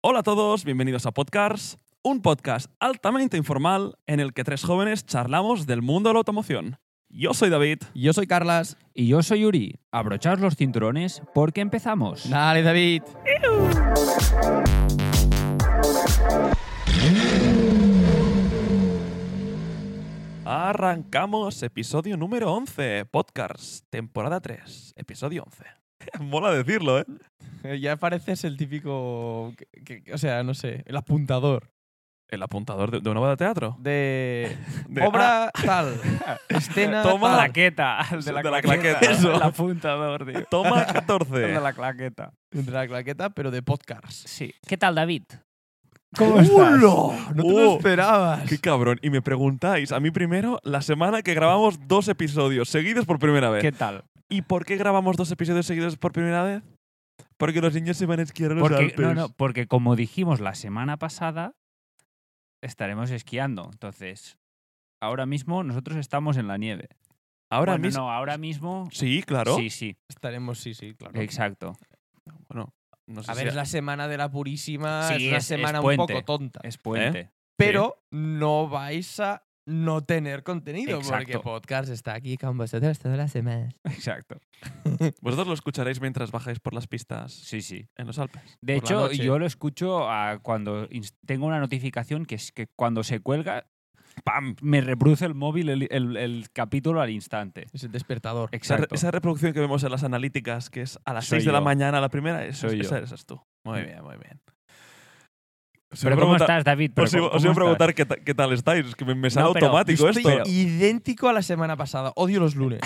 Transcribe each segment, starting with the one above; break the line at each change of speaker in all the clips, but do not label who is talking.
Hola a todos, bienvenidos a Podcasts, un podcast altamente informal en el que tres jóvenes charlamos del mundo de la automoción. Yo soy David.
Yo soy Carlas.
Y yo soy Yuri. Abrochaos los cinturones porque empezamos.
Dale, David.
Arrancamos episodio número 11, Podcasts, temporada 3, episodio 11. Mola decirlo, ¿eh?
Ya pareces el típico. que- que- o sea, no sé, el apuntador
El apuntador de, de una obra de teatro.
de. ah.
De- ah,
obra tal. escena.
Toma.
tal.
claqueta. El
de la claqueta. Eso.
El apuntador, tío.
Toma
El de
14.
la claqueta.
De la claqueta, pero de podcast.
Sí. ¿Qué tal, David?
¿Cómo
¡Hola!
Ah, No te lo
¡Oh!
esperabas.
¡Qué cabrón! Y me preguntáis, a mí primero, la semana que grabamos dos episodios seguidos por primera vez.
¿Qué tal?
¿Y por qué grabamos dos episodios seguidos por primera vez? Porque los niños se van a esquiar a los
Porque,
Alpes.
no, no, porque como dijimos la semana pasada, estaremos esquiando. Entonces, ahora mismo nosotros estamos en la nieve.
Ahora
Bueno,
mismo.
No, ahora mismo.
Sí, claro.
Sí, sí,
Estaremos, sí, sí, claro.
exacto.
Bueno, no sé
A ver, es
si-
la semana de la purísima.
Sí,
es una
es- es
semana un
puente.
poco tonta.
Es puente.
¿Eh?
Pero no vais a no tener contenido porque
Exacto.
podcast está aquí con vosotros todas las semanas.
Exacto.
Vosotros lo escucharéis mientras bajáis por las pistas
Sí, sí.
en los Alpes.
De
Por la
hecho,
noche.
yo lo escucho a cuando ins- tengo una notificación que es que cuando se cuelga, ¡pam! Me reproduce el móvil el, el- el capítulo al instante.
Es el
Esa,
despertador.
re-
Exacto.
esa reproducción que vemos en las analíticas, que es a las
Soy
6 de la
yo.
mañana la primera, es-
Soy yo.
esa esa es tú. Muy bien, muy bien. Os iba
Pero
a
¿cómo
preguntar-
estás, David? Pero
os iba-
¿cómo-
os iba a
cómo estás?
preguntar qué, ta- qué tal estáis. Es que me, me sale
No, pero
automático
yo
esto.
estoy-
Estoy idéntico a la semana pasada. Odio los lunes.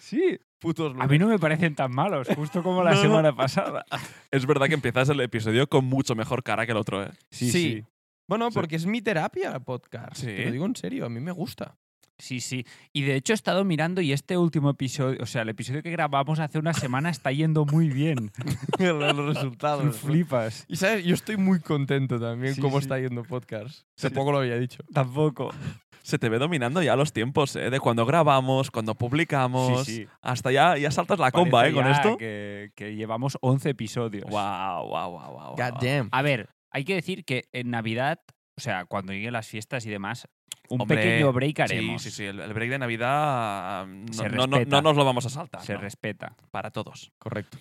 Sí.
Putos lunes.
A mí no me parecen tan malos, justo como la
No, no.
semana pasada.
Es verdad que empiezas el episodio con mucho mejor cara que el otro, ¿eh?
Sí, sí. Bueno, porque es mi terapia podcast.
Sí.
Te lo digo en serio, a mí me gusta.
Sí, sí. Y de hecho he estado mirando y este último episodio, o sea, el episodio que grabamos hace una semana está yendo muy bien.
los resultados.
Flipas.
Y sabes, yo estoy muy contento también
Sí,
cómo
sí.
está yendo podcast.
Sí.
Tampoco lo había dicho.
Tampoco.
Se te ve dominando ya los tiempos, ¿eh? De cuando grabamos, cuando publicamos.
Sí, sí.
Hasta ya, ya saltas la comba, ¿eh?
Parece
Con
ya
esto.
Que, que llevamos 11 episodios.
Wow, wow, wow, wow.
God damn.
A ver, hay que decir que en Navidad, o sea, cuando lleguen las fiestas y demás, un
Hombre,
pequeño break
Sí,
haremos.
sí, sí. El, el break de Navidad mm, no,
Se
no- no-
respeta.
no nos lo vamos a saltar.
Se
¿no?
respeta.
Para todos.
Correcto.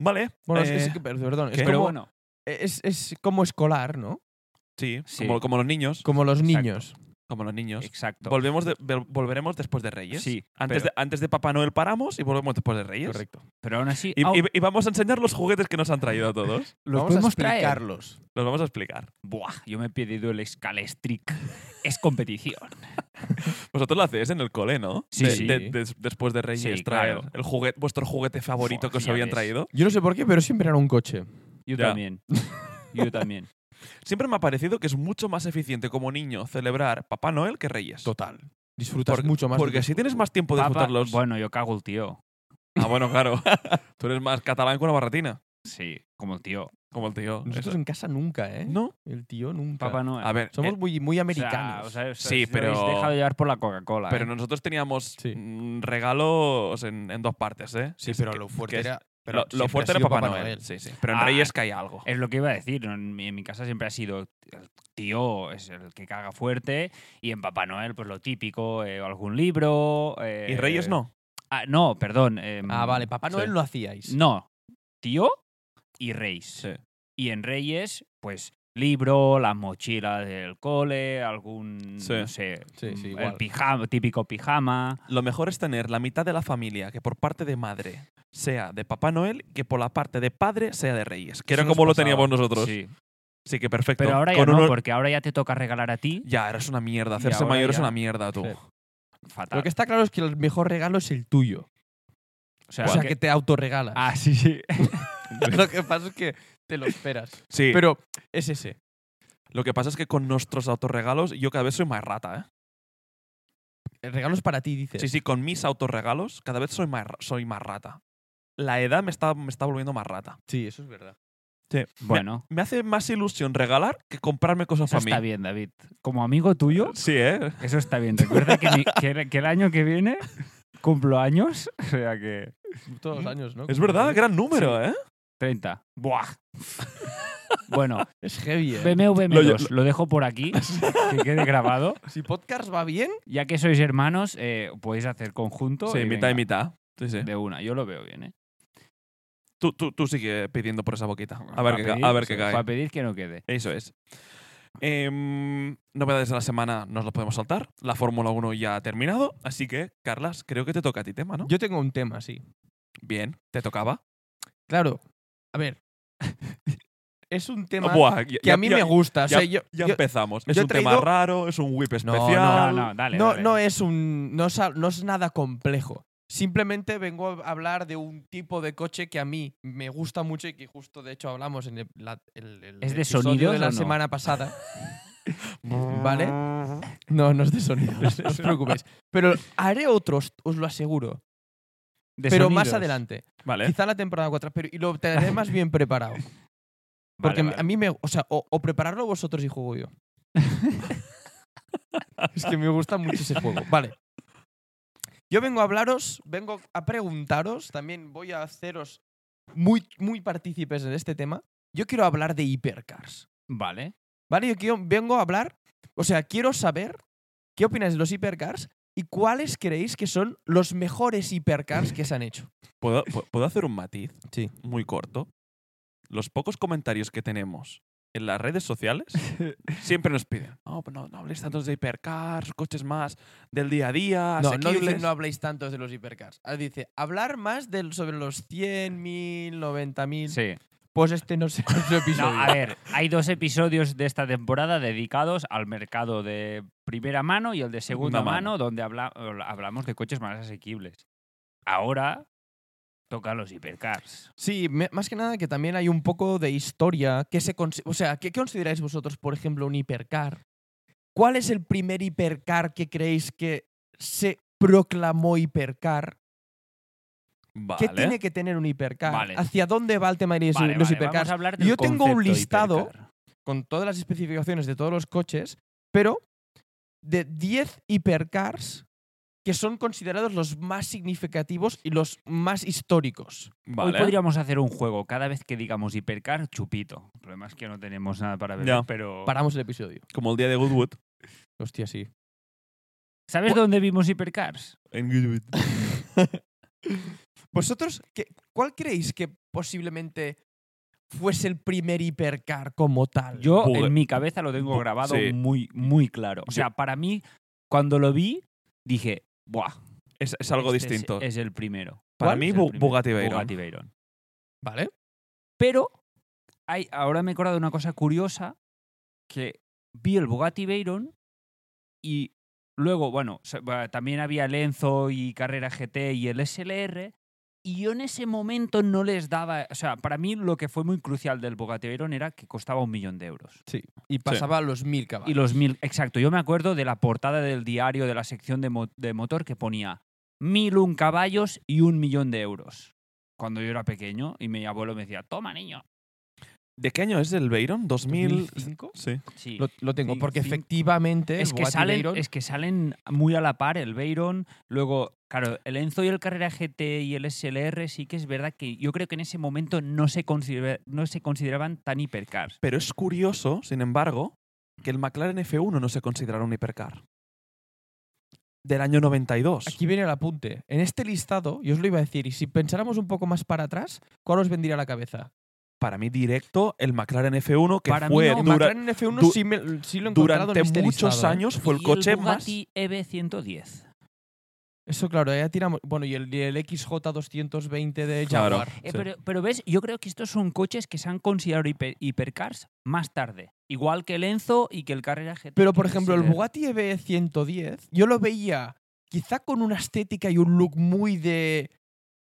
Vale.
Bueno, es-
eh,
es, que- per- perdón, es
¿qué?
como,
Pero bueno,
es, es como escolar, ¿no?
sí,
Sí.
Como, como los niños.
Como los
Exacto.
niños.
Como los niños.
exacto.
Volvemos de- vol- volveremos después de Reyes.
Sí,
Antes,
pero-
de, antes de Papá Noel paramos y volvemos después de Reyes.
Correcto.
Pero aún así,
Y,
au,
y- y vamos a enseñar los juguetes que nos han traído a todos.
¿los
Vamos a
podemos traer?
explicarlos.
Los vamos a explicar.
Buah, yo me he pedido el Scalestric. es competición.
Vosotros lo hacéis en el cole, ¿no?
Sí,
De-
sí.
de- des- después de Reyes,
Sí,
traer
claro.
el juguete, vuestro juguete favorito
Buah,
que os
ya
habían
ves.
traído.
Yo no sé por qué, pero siempre era un coche.
Yo
Ya.
también. Yo también.
Siempre me ha parecido que es mucho más eficiente como niño celebrar Papá Noel que Reyes.
Total. Disfrutas
Porque-
mucho más. de
Porque
tus
así tienes más tiempo de
Papa-
disfrutarlos.
Bueno, yo cago el tío.
Ah, bueno, claro. Tú eres más catalán con una barretina.
Sí, como el tío.
Como el tío.
Nosotros
Eso.
en casa nunca, ¿eh?
¿No?
El tío nunca.
Papá Noel.
A ver,
Somos
eh,
muy, muy
O sea,
americanos.
o sea, os-
Sí,
os habéis
pero-
dejado llevar por la Coca-Cola.
pero
¿eh?
nosotros teníamos
Sí.
mm, regalos en, en dos partes, ¿eh?
sí,
Es
pero
que-
lo
que
fuerte
es-
era.
lo-
Pero
lo,
siempre ha
fuerte era
sido
Papá, Noel. Sí, sí. Pero en
Ah.
Reyes cae algo.
Es lo que iba a decir. ¿no? En mi, en mi casa siempre ha sido el tío es el que caga fuerte y en Papá Noel pues lo típico, eh, algún libro. eh,
y Reyes no.
Ah, no, perdón. em,
Ah, vale, Papá Noel
Sí.
lo hacíais.
No, tío y Reyes. Y en Reyes pues libro, las mochilas del cole, algún,
Sí.
no sé,
Sí, sí,
mm, el
igual.
pijama, típico pijama.
Lo mejor es tener la mitad de la familia que por parte de madre sea de Papá Noel que por la parte de padre sea de Reyes. Que
Eso
era
nos
como lo
pasaba.
teníamos nosotros. Sí,
Sí.
que perfecto.
Pero ahora ya
Con
no,
uno-
porque ahora ya te toca regalar a ti.
Ya, eres una mierda.
Y
Hacerse
ahora
mayor es
ya-
una mierda, tú.
Sí.
Fatal.
Lo que está claro es que el mejor regalo es el tuyo.
o sea,
o sea, que,
que-
te autorregalas.
Ah, sí, sí.
lo que pasa es que te lo esperas.
Sí,
Pero es ese.
lo que pasa es que con nuestros autorregalos yo cada vez soy más rata, ¿eh?
El regalo es para ti, dices.
Sí, sí, con mis autorregalos cada vez soy más, ra- soy más rata. La edad me está, me está volviendo más rata.
Sí, eso es verdad.
Bueno.
Me hace más ilusión regalar que comprarme cosas
Eso
para mí.
está bien, David. Como amigo tuyo,
Sí, ¿eh?
eso está bien. Recuerda que, mi- que el- que el año que viene cumplo años. O sea que.
Mm.
Todos los años, ¿no?
Es verdad, gran número, ¿eh?
30. Buah. bueno,
Es heavy, ¿eh?
BMW
Lo-
M2, lo dejo por aquí, que quede grabado.
Si podcast va bien,
Ya que sois hermanos, eh, podéis hacer conjunto.
Sí,
y
mitad y
venga,
mitad. Sí, sí.
De una, yo lo veo bien, ¿eh?
Tú, tú, tú sigue pidiendo por esa boquita. A ver,
Pa'
qué, ca-
pedir,
a ver
sí,
qué
Para
cae.
pedir que no quede.
Eso es. Em, novedades de la semana nos las podemos saltar. La Fórmula 1 ya ha terminado. Así que, Carlas, creo que te toca a ti tema, ¿no?
yo tengo un tema, sí.
Bien, te tocaba.
Claro, a ver. es un tema
Buah, ya-
que
ya-
a mí
ya-
me gusta. o sea,
ya-
yo-
Ya
yo-
empezamos. Es
yo he
un tema
traído-
raro, es un whip
No,
especial.
no,
No,
Al-
no, dale.
no,
dale.
no es un. No es, a- no es nada complejo. Simplemente vengo a hablar de un tipo de coche que a mí me gusta mucho y que justo de hecho hablamos en el, la- el- el
¿Es de
episodio
sonidos
de la
o no?
semana pasada. ¿Vale? No, no es de sonido, no os preocupéis. Pero haré otros, os lo aseguro.
De
eh, Pero más
sonidos.
adelante.
Vale.
Quizá la temporada 4, pero y lo tendré más bien preparado.
Vale,
Porque
vale.
a mí me. O sea, o, o prepararlo vosotros y juego yo. es que me gusta mucho ese juego. Vale. Yo vengo a hablaros, vengo a preguntaros, también voy a haceros muy, muy partícipes en este tema. Yo quiero hablar de hipercars.
Vale.
¿Vale? Yo quiero- vengo a hablar. O sea, quiero saber qué opináis de los hipercars y cuáles creéis que son los mejores hipercars que se han hecho.
¿Puedo, pu- puedo hacer un matiz
Sí.
muy corto? Los pocos comentarios que tenemos en las redes sociales siempre nos piden, no, pues no, no habléis tanto de hipercars, coches más del día a
Ah,
día,
No, no, dice,
asequibles".
no habléis tantos de los hipercars. Ah, Dice, hablar más del, sobre los 100.000, 90.000.
Sí.
Pues este no es nuestro
No,
episodio.
a ver, hay dos episodios de esta temporada dedicados al mercado de primera mano y el de segunda
Segunda mano.
mano, donde habla- hablamos de coches más asequibles. Ahora toca los hipercars.
Sí, me- más que nada que también hay un poco de historia. Que se consi- o sea, ¿qué, qué consideráis vosotros, por ejemplo, un hipercar? ¿Cuál es el primer hipercar que creéis que se proclamó hipercar?
Vale.
¿Qué tiene que tener un hipercar?
Vale.
¿Hacia dónde va el tema de los
Vale, vale,
hipercars?
vamos a hablar del
Yo tengo un
concepto
listado
hipercar.
con todas las especificaciones de todos los coches, pero de 10 hipercars que son considerados los más significativos y los más históricos.
Vale.
Hoy podríamos hacer un juego. Cada vez que digamos hipercar, chupito. El problema es que no tenemos nada para beber,
Ya.
pero...
Paramos el episodio.
Como el día de Goodwood.
Hostia, sí.
¿Sabes dónde vimos hipercars?
En Goodwood.
¿Vosotros qué- cuál creéis que posiblemente fuese el primer hipercar como tal?
Yo
Joder.
en mi cabeza lo tengo
Bu-
grabado
sí.
muy, muy claro. O
Yo-
sea, para mí, cuando lo vi, dije, ¡buah!
Es, es algo
este es-
distinto.
Es, el primero.
Para
¿cuál
mí,
es el
Bu-
primero?
Bugatti Veyron.
Bugatti Veyron.
¿Vale?
Pero hay, ahora me he acordado de una cosa curiosa que vi el Bugatti Veyron y luego, bueno, se- va- también había el Enzo y Carrera GT y el SLR y yo en ese momento no les daba, o sea, para mí lo que fue muy crucial del Bugatti Veyron era que costaba un millón de euros.
Y pasaba a los mil caballos.
Y los mil, exacto. Yo me acuerdo de la portada del diario de la sección de, mo- de motor que ponía mil un caballos y un millón de euros. Cuando yo era pequeño y mi abuelo me decía, toma niño.
¿De qué año es el Veyron? 2000.
¿2005?
Sí.
Sí.
Lo, lo tengo,
Sí,
porque
sí.
efectivamente
Es
el
que,
Bugatti
salen,
Veyron-
es que salen muy a la par el Veyron. Luego, claro, el Enzo y el Carrera GT y el SLR sí que es verdad que yo creo que en ese momento no se, considera- no se consideraban tan hipercars.
Pero es curioso, sin embargo, que el McLaren F1 no se considerara un hipercar. Del año 92.
Aquí viene el apunte. En este listado, yo os lo iba a decir, y si pensáramos un poco más para atrás, ¿cuál os vendría a la cabeza?
Para mí, directo, el McLaren F1, que
Para mí
fue
no,
dura-
McLaren F1
du-
sí, me- sí lo he encontrado
durante
en este
muchos
listado, ¿eh?
años fue el
Y
coche
el
más.
Bugatti E EB110.
Eso, claro, ya tiramos. Bueno, y el, y el XJ220 de
Claro.
Jaguar.
Eh,
Sí.
pero, pero ves, yo creo que estos son coches que se han considerado hiper- hipercars más tarde. Igual que el Enzo y que el Carrera GT.
Pero, por
que
ejemplo, el
SLR.
Bugatti E EB110, yo lo veía quizá con una estética y un look muy de.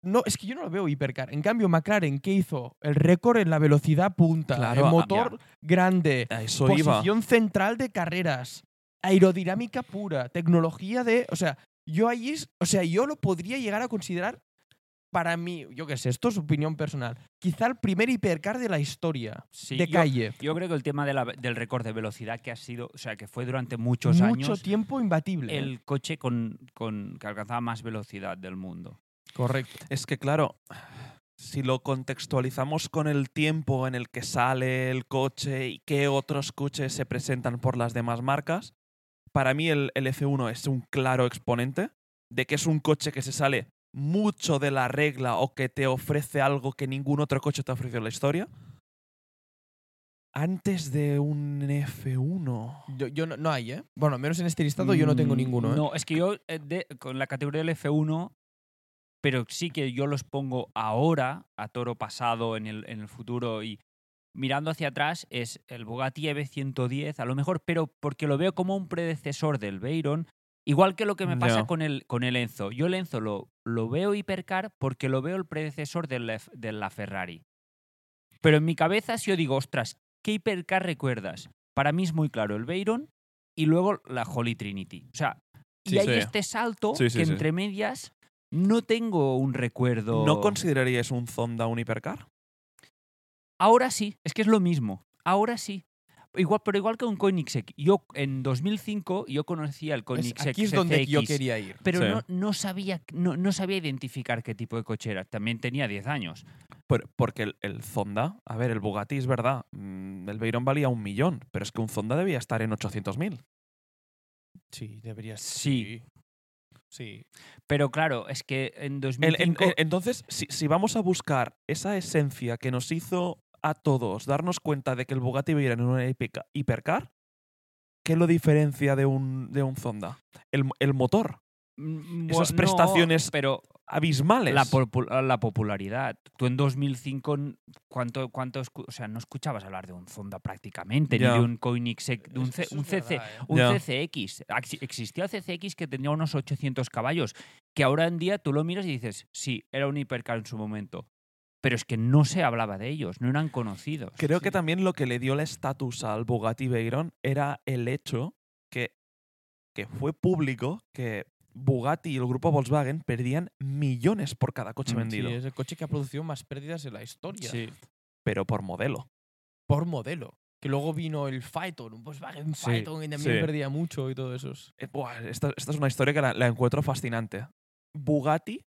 No, es que yo no lo veo hipercar. En cambio, McLaren, ¿qué hizo? El récord en la velocidad punta,
Claro,
el
ah,
motor grande,
A eso iba.
posición central de carreras, aerodinámica pura, tecnología de, o sea, yo ahí, es- o sea, yo lo podría llegar a considerar para mí, yo qué sé, esto es opinión personal, quizá el primer hipercar de la historia
Sí,
de
yo-
calle.
Yo creo que el tema de la- del récord de velocidad que ha sido, o sea, que fue durante muchos
Mucho
años
tiempo imbatible.
el coche con, con- que alcanzaba más velocidad del mundo.
Correcto.
Es que, claro, si lo contextualizamos con el tiempo en el que sale el coche y qué otros coches se presentan por las demás marcas, para mí el, el F1 es un claro exponente de que es un coche que se sale mucho de la regla o que te ofrece algo que ningún otro coche te ha ofrecido en la historia. Antes de un F1.
Yo, yo no, no hay, ¿eh? Bueno, menos en este listado yo no tengo
Mm,
ninguno, ¿eh?
No, es que yo eh, de- con la categoría del F1, pero sí que yo los pongo ahora, a toro pasado, en el, en el futuro y mirando hacia atrás, es el Bugatti E EB110, a lo mejor, pero porque lo veo como un predecesor del Veyron, igual que lo que me pasa
Ya.
con, el, con el Enzo. Yo el Enzo lo, lo veo hipercar porque lo veo el predecesor de la, de la Ferrari. Pero en mi cabeza, si yo digo, ostras, ¿qué hipercar recuerdas? Para mí es muy claro el Veyron y luego la Holy Trinity. O sea, y
Sí,
hay
sí.
este salto
Sí, sí,
que
sí.
entre medias no tengo un recuerdo.
¿No considerarías un Zonda un hipercar?
Ahora sí, es que es lo mismo. Ahora sí. Igual, pero igual que un Koenigsegg. Yo en 2005 yo conocía el
Es-
Koenigsegg
aquí es donde yo
CCX,
quería ir.
Pero
Sí.
no, no sabía, no, no sabía identificar qué tipo de coche era. También tenía 10 años.
Por- porque el, el Zonda, a ver, el Bugatti es verdad, mm, el Veyron valía un millón, pero es que un Zonda debía estar en 800.000.
Sí, deberías.
Sí.
Sí.
Pero claro, es que en
El-
2005...
en- en- Entonces, si, si vamos a buscar esa esencia que nos hizo a todos darnos cuenta de que el Bugatti Veyron era un hiperca- hipercar, ¿qué lo diferencia de un, de un Zonda? El, el motor,
mm,
esas
no,
prestaciones
pero
abismales.
la, popu- la popularidad. Tú en 2005, n- ¿cuánto, cuánto escu- o sea, no escuchabas hablar de un Zonda prácticamente,
Ya.
ni de un Koenigsegg, de un, C- un CC,
¿eh?
un
Ya.
CCX. Axi- Existía el CCX que tenía unos 800 caballos, que ahora en día tú lo miras y dices, sí, era un hipercar en su momento. Pero es que no se hablaba de ellos, no eran conocidos.
Creo
Sí.
que también lo que le dio la estatus al Bugatti Veyron era el hecho que, que fue público que Bugatti y el grupo Volkswagen perdían millones por cada coche
Mm, sí,
vendido,
es el coche que ha producido más pérdidas en la historia.
pero por modelo.
Por modelo. Que luego vino el Phaeton, un Volkswagen
Sí,
Phaeton que también
sí.
perdía mucho y todo eso.
Eh, buah, esta, esta es una historia que la, la encuentro fascinante. Bugatti,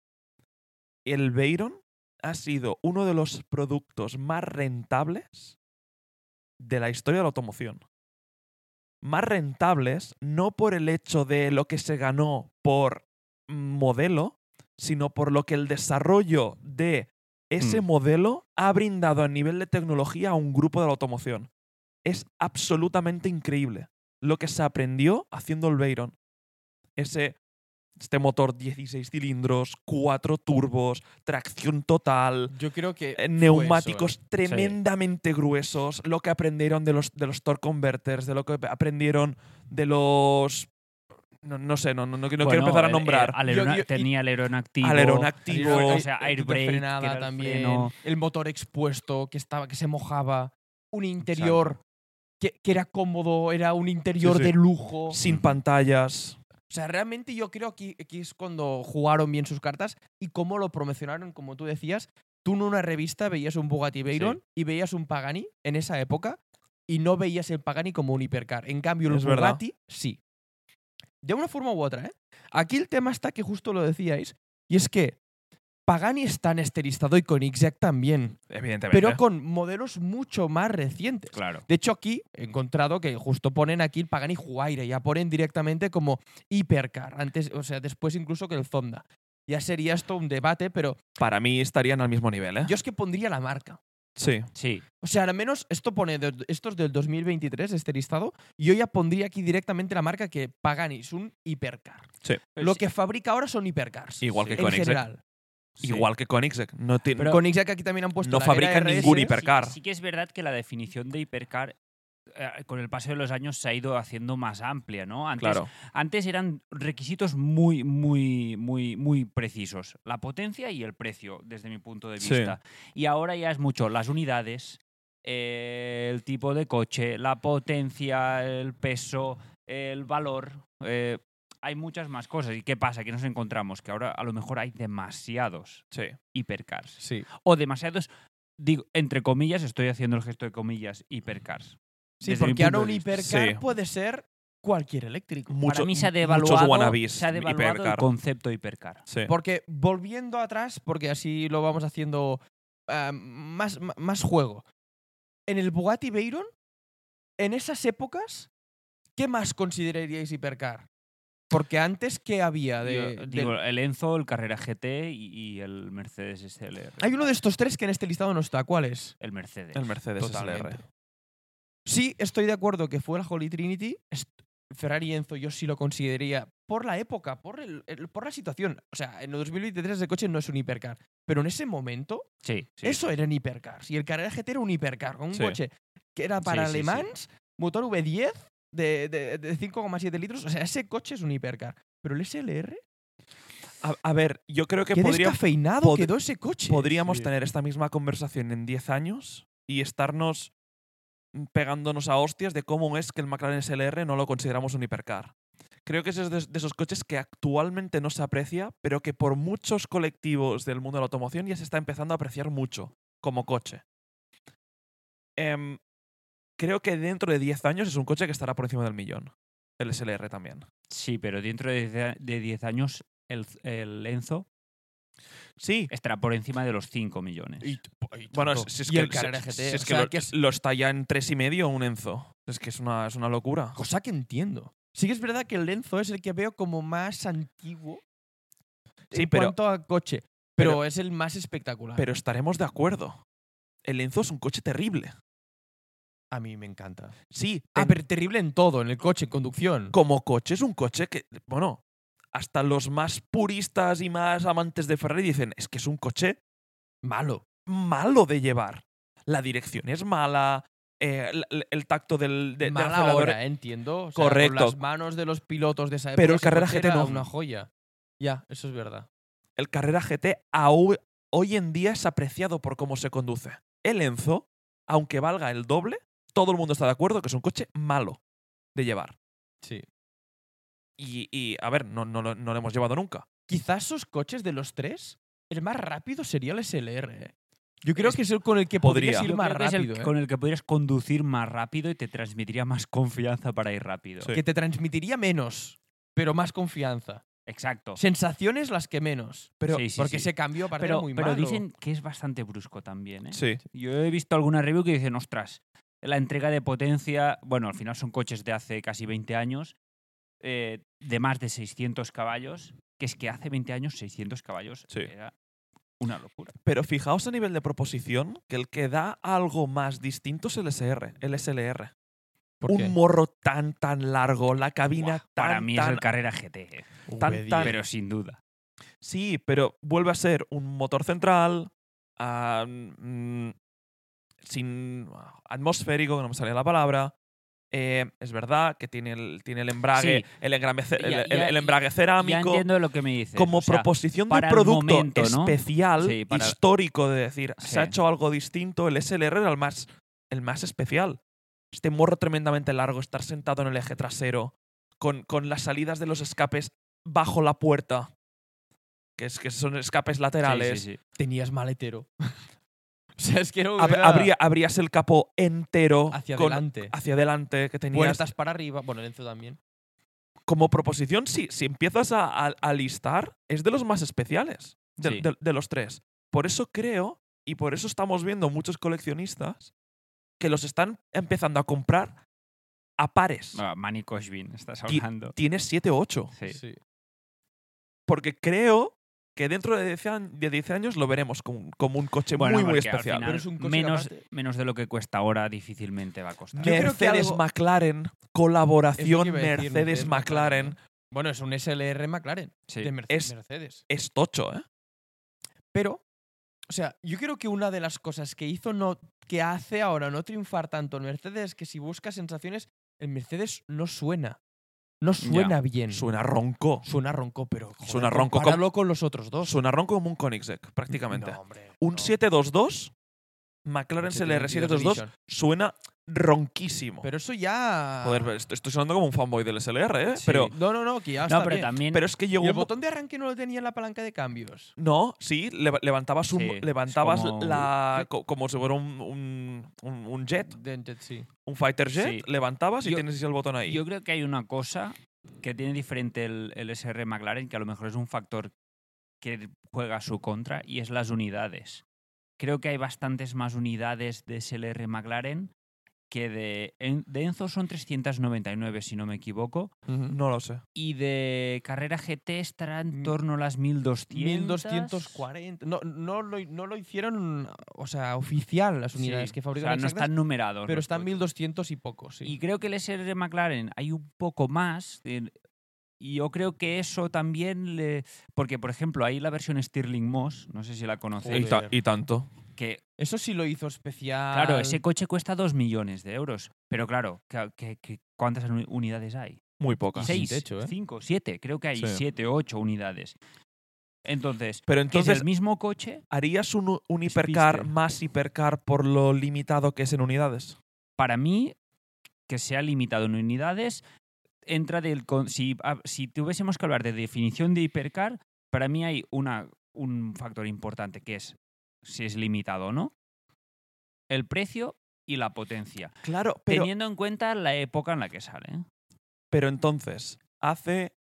el Veyron, ha sido uno de los productos más rentables de la historia de la automoción. Más rentables no por el hecho de lo que se ganó por modelo, sino por lo que el desarrollo de ese
Mm.
modelo ha brindado a nivel de tecnología a un grupo de la automoción. Es absolutamente increíble lo que se aprendió haciendo el Veyron. Ese, este motor 16 cilindros, 4 turbos, tracción total,
Yo creo que.
eh,
fue
neumáticos
eso, ¿eh?
tremendamente gruesos, lo que aprendieron de los, de los torque converters, de lo que aprendieron de los... No, no sé, no, no, no quiero- no quiero
Bueno,
empezar a
el- el
nombrar.
alerona-
Yo- yo- y-
tenía alerón activo.
Alerón
Y
activo,
luego
o sea,
el- el tuta
airbrake, que
frenada
era el
también.
freno.
El motor expuesto que, estaba, que se mojaba. Un interior que, que era cómodo, era un interior
sí.
de lujo.
sin pantallas.
O sea, realmente yo creo que aquí es cuando jugaron bien sus cartas y cómo lo promocionaron, como tú decías. Tú en una revista veías un Bugatti Veyron y veías un Pagani en esa época y no veías el Pagani como un hipercar. En cambio, el
Es verdad.
Bugatti sí. De una forma u otra, ¿eh? Aquí el tema está que justo lo decíais y es que Pagani está en este listado y con Exact también,
Evidentemente.
pero con modelos mucho más recientes.
Claro.
De hecho, aquí he encontrado que justo ponen aquí el Pagani Huayra, ya ponen directamente como hipercar, antes, o sea, después incluso que el Zonda. Ya sería esto un debate, pero
Para mí estarían al mismo nivel, ¿eh?
yo es que pondría la marca.
sí.
Sí.
O sea, al menos esto pone, de- esto es del 2023, este listado, yo ya pondría aquí directamente la marca que Pagani es un hipercar.
Sí.
Pues
Lo que fabrica ahora son hipercars.
Igual que
en
Koenigsegg.
general.
Igual que Koenigsegg. No tiene-
Pero-
Con Exact aquí también han puesto
No
la
fabrican
RS.
ningún
Sí,
hipercar.
Sí, que es verdad que la definición de hipercar eh, con el paso de los años se ha ido haciendo más amplia, ¿no? Antes,
claro.
antes eran requisitos muy, muy, muy, muy precisos. La potencia y el precio, desde mi punto de
Sí.
vista. Y ahora ya es mucho las unidades, eh, el tipo de coche, la potencia, el peso, el valor. eh, hay muchas más cosas. ¿Y qué pasa? Que nos encontramos que ahora a lo mejor hay demasiados
Sí.
hipercars
Sí.
o demasiados, digo, entre comillas, estoy haciendo el gesto de comillas, hipercars.
Sí,
Desde mi
porque ahora
punto
un
de vista.
hipercar
Sí.
puede ser cualquier eléctrico.
Mucho-
Para mí se ha
muchos
devaluado,
wannabes
se ha devaluado el
hipercar.
concepto de hipercar.
Sí.
Porque volviendo atrás, porque así lo vamos haciendo ah, más, ma- más juego. En el Bugatti Veyron, en esas épocas, ¿qué más consideraríais hipercar? Porque antes, ¿qué había? De,
Yo
del-
digo, el Enzo, el Carrera GT y, y el Mercedes SLR.
Hay uno de estos tres que en este listado no está. ¿Cuál es?
El Mercedes.
El Mercedes
Totalmente.
SLR.
Sí, estoy de acuerdo que fue la Holy Trinity. Est- Ferrari y Enzo yo sí lo consideraría por la época, por, el, el- por la situación. O sea, en el 2023 ese coche no es un hipercar. Pero en ese momento,
Sí, sí.
eso eran hipercars. Y el Carrera GT era un hipercar, con un
Sí.
coche que era para
Sí, sí, sí.
alemans, motor V10 de, de- de 5,7 litros. O sea, ese coche es un hipercar. Pero el SLR,
A, a ver, yo creo que
qué
podría-
descafeinado
pod-
quedó ese coche.
podríamos
sí.
tener esta misma conversación en 10 años y estarnos mm, pegándonos a hostias de cómo es que el McLaren SLR no lo consideramos un hipercar. Creo que ese es de, de esos coches que actualmente no se aprecia, pero que por muchos colectivos del mundo de la automoción ya se está empezando a apreciar mucho como coche. Em, creo que dentro de 10 años es un coche que estará por encima del millón. El SLR también.
Sí, pero dentro de 10 a- de 10 años el, el Enzo
Sí.
estará por encima de los 5 millones.
Y- y
Bueno,
tanto.
si si es
Y
que,
el
si-
Carrera GT.
si es
E, o
que
sea,
lo,
que es-
lo está ya en tres y medio un Enzo. Es que es una, es una locura.
Cosa que entiendo. Sí que es verdad que el Lenzo es el que veo como más antiguo
Sí,
en
pero-
cuanto a coche. Pero,
pero-
es el más espectacular.
Pero estaremos de acuerdo. El Enzo es un coche terrible.
a mí me encanta.
Sí,
Ah,
ten-
pero terrible en todo, en el coche, en conducción.
como coche es un coche que, bueno, hasta los más puristas y más amantes de Ferrari dicen, es que es un coche
Malo.
malo de llevar. La dirección es mala, eh, el, el- el tacto del, de- del
Mala
acelerador-
hora, ¿eh? entiendo. O sea,
Correcto.
Con las manos de los pilotos de esa época.
Pero el
ese
Carrera
coche
GT
era
no.
una joya. Ya, eso es verdad.
el Carrera GT au- hoy en día es apreciado por cómo se conduce. El Enzo, aunque valga el doble, todo el mundo está de acuerdo que es un coche malo de llevar.
Sí.
Y, y, a ver, no, no, lo- no lo hemos llevado nunca.
Quizás esos coches de los tres, el más rápido sería el SLR. ¿eh? Yo creo
Es-
que es el con el que
podría.
podrías ir
Yo
más
creo que es el
rápido. ¿eh?
con el que podrías conducir más rápido y te transmitiría más confianza para ir rápido.
Sí.
Que te transmitiría menos, pero más confianza.
Exacto.
Sensaciones las que menos. Pero
Sí, sí,
porque
sí.
se cambió para
pero
muy
pero
malo.
dicen que es bastante brusco también. ¿eh?
Sí.
Yo he visto alguna review que dicen, ostras, la entrega de potencia, bueno, al final son coches de hace casi 20 años, eh, de más de 600 caballos, que es que hace 20 años 600 caballos
Sí.
era una locura.
Pero fijaos a nivel de proposición que el que da algo más distinto es el SR, el SLR.
¿Por
Un
qué?
morro tan, tan largo, la cabina
Buah,
tan,
para mí es
tan-
el carrera GT, eh,
tan-
VD.
tan-
pero sin duda.
Sí, pero vuelve a ser un motor central, ah, mm, sin ah, atmosférico, que no me salía la palabra. Eh, es verdad que tiene el, tiene el embrague,
Sí.
el, engramece- el-
Ya-
el-
ya-
el embrague
Ya
cerámico.
entiendo lo que me dices.
como
o sea,
proposición de
para el
producto
momento, ¿no?
especial,
Sí, para-
histórico, de decir,
Sí.
se ha hecho algo distinto, el SLR era el más, el más especial. Este morro tremendamente largo, estar sentado en el eje trasero, con, con las salidas de los escapes bajo la puerta, que, es, que son escapes
sí,
laterales.
sí, sí.
Tenías maletero. o sea, es que no
Ab- abría- abrías el capó entero
hacia
con-
adelante.
hacia adelante que tenías.
Puertas para arriba. Bueno, Lenzo también.
Como proposición, sí, si empiezas a, a- a listar, es de los más especiales de,
Sí.
de- de los tres. Por eso creo, y por eso estamos viendo muchos coleccionistas que los están empezando a comprar a pares.
Ah, Manny Koshbin, estás
Ti-
hablando.
Tienes 7 o 8.
Sí.
Porque creo que dentro de 10, an- de 10 años lo veremos como, un- como un coche
Bueno,
muy, muy
porque al
especial.
final,
Pero es un coche
menos,
aparte.
menos de lo que cuesta ahora, difícilmente va a costar.
Me- creo que
Mercedes
algo-
McLaren,
Es lo que
colaboración
iba a decir,
Mercedes McLaren,
Bueno, es un SLR McLaren.
Sí.
De Mercedes.
Es-
Mercedes.
es tocho, ¿eh?
Pero, o sea, yo creo que una de las cosas que hizo no. que hace ahora no triunfar tanto el Mercedes es que si buscas sensaciones, el Mercedes no suena. No suena bien.
Suena ronco.
Suena ronco, pero. joder,
Suena ronco como-
compáralo con los otros dos.
Suena ronco como un Koenigsegg, prácticamente.
No, hombre,
Un
no.
722, McLaren
Porque tiene
SLR 722,
Edition.
suena ronquísimo.
Pero eso ya.
Joder,
ah.
pero esto- estoy sonando como un fanboy del SLR, ¿eh?
Sí.
Pero,
No, no, no, que ya
no,
está
pero
bien.
también
pero es que llegó
Y el
un mo-
botón de arranque no lo tenía en la palanca de cambios.
No, sí, leva- levantabas, un,
Sí, es
levantabas
como-
la. co- como si fuera un, un- un- un jet,
De- de- sí.
un fighter jet,
Sí.
levantabas y
Yo-
tienes el botón ahí.
Yo creo que hay una cosa que tiene diferente el, el SR McLaren, que a lo mejor es un factor que juega a su contra, y es las unidades. creo que hay bastantes más unidades de SLR McLaren que de, en- de Enzo son 399, si no me equivoco.
No lo sé.
Y de carrera GT estará en
Mm.
torno a las 1200.
1240. No, no, lo, no lo hicieron, o sea, oficial las unidades
Sí,
que
o
fabrican
sea, no
exactas,
están numerados.
pero
los
están
coches.
1200 y pocos, sí.
Y creo que el SR McLaren hay un poco más. de- y yo creo que eso también le. Porque, por ejemplo, hay la versión Stirling Moss, no sé si la
Y,
conocéis,
ta-
Joder.
y tanto.
que
Eso sí lo hizo especial.
Claro, ese coche cuesta 2 millones de euros. Pero claro, que- que- que- ¿cuántas uni- unidades hay?
Muy pocas.
Sí.
Seis,
de hecho, ¿eh?
cinco, siete. Creo que hay
Sí.
siete, ocho unidades. Entonces,
Pero
que es
entonces,
el mismo coche
¿harías un, u- un hipercar
Speedster.
más hipercar por lo limitado que es en unidades?
para mí que se ha limitado en unidades. Entra del. con- Si, ah, si tuviésemos que hablar de definición de hipercar, para mí hay una, un factor importante que es si es limitado o no, el precio y la potencia.
Claro, pero,
teniendo en cuenta la época en la que sale. ¿eh?
pero entonces, hace,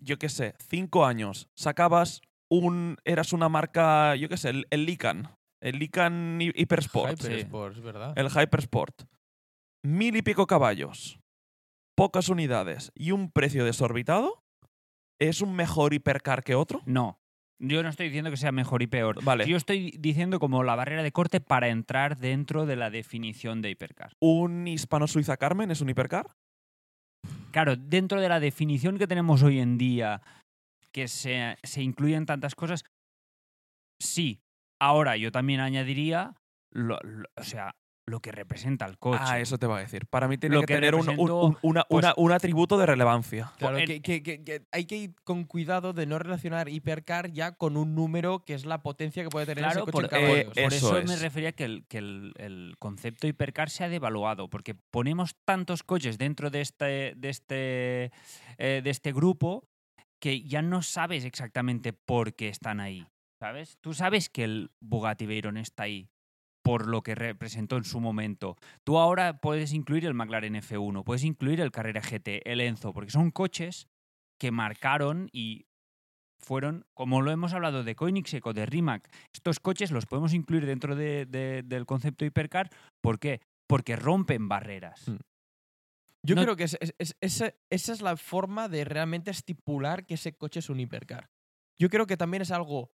yo qué sé, cinco años, sacabas un. Eras una marca, yo qué sé, el, el Lican. El Lican hi- Hypersport.
Hyper. sí.
Sports, ¿verdad?
El Hypersport. Mil y pico caballos, pocas unidades y un precio desorbitado. ¿Es un mejor hipercar que otro?
No. Yo no estoy diciendo que sea mejor y peor.
Vale.
Yo estoy diciendo como la barrera de corte para entrar dentro de la definición de hipercar.
¿Un hispano-suiza Carmen es un hipercar?
Claro, dentro de la definición que tenemos hoy en día, que se, se incluyen tantas cosas, sí. Ahora, yo también añadiría, lo- lo- o sea, lo que representa el coche.
Ah, eso te va a decir. Para mí tiene
Lo
que,
que
tener un, un-
representó,
un- una-
pues-
una- un atributo de relevancia.
Claro,
el-
que, que- que- que hay que ir con cuidado de no relacionar hipercar ya con un número que es la potencia que puede tener
Claro,
ese
por,
coche
eh,
en caballos.
por- por
Eso
eso, me
es.
refería que, el, que el, el concepto hipercar se ha devaluado, porque ponemos tantos coches dentro de este, de este, eh, de este grupo que ya no sabes exactamente por qué están ahí. ¿Sabes? Tú sabes que el Bugatti Veyron está ahí por lo que representó en su momento. Tú ahora puedes incluir el McLaren F1, puedes incluir el Carrera GT, el Enzo, porque son coches que marcaron y fueron, como lo hemos hablado de Koenigsegg o de Rimac, estos coches los podemos incluir dentro de- de- del concepto hipercar. ¿Por qué? Porque rompen barreras.
Mm. Yo
no-
creo que es- es- es- esa- esa es la forma de realmente estipular que ese coche es un hipercar. Yo creo que también es algo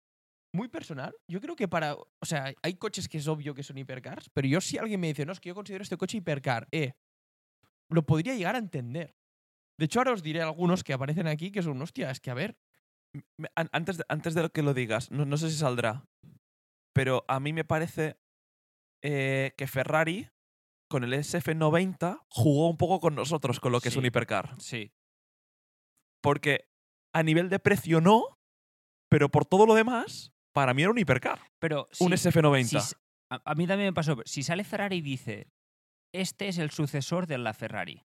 muy personal. Yo creo que para. O sea, hay coches que es obvio que son hipercars, pero yo si alguien me dice, no, es que yo considero este coche hipercar, eh, lo podría llegar a entender. De hecho, ahora os diré algunos que aparecen aquí que son, hostia, es que a ver,
Me- an- Antes de, antes de lo que lo digas, no, no sé si saldrá, pero a mí me parece eh, que Ferrari con el SF90 jugó un poco con nosotros con lo que es
Sí.
un hipercar.
Sí.
Porque a nivel de precio no, pero por todo lo demás, para mí era un hipercar.
Pero
un
si-
SF90.
si s- a, a mí también me pasó. Si sale Ferrari y dice, este es el sucesor de la Ferrari.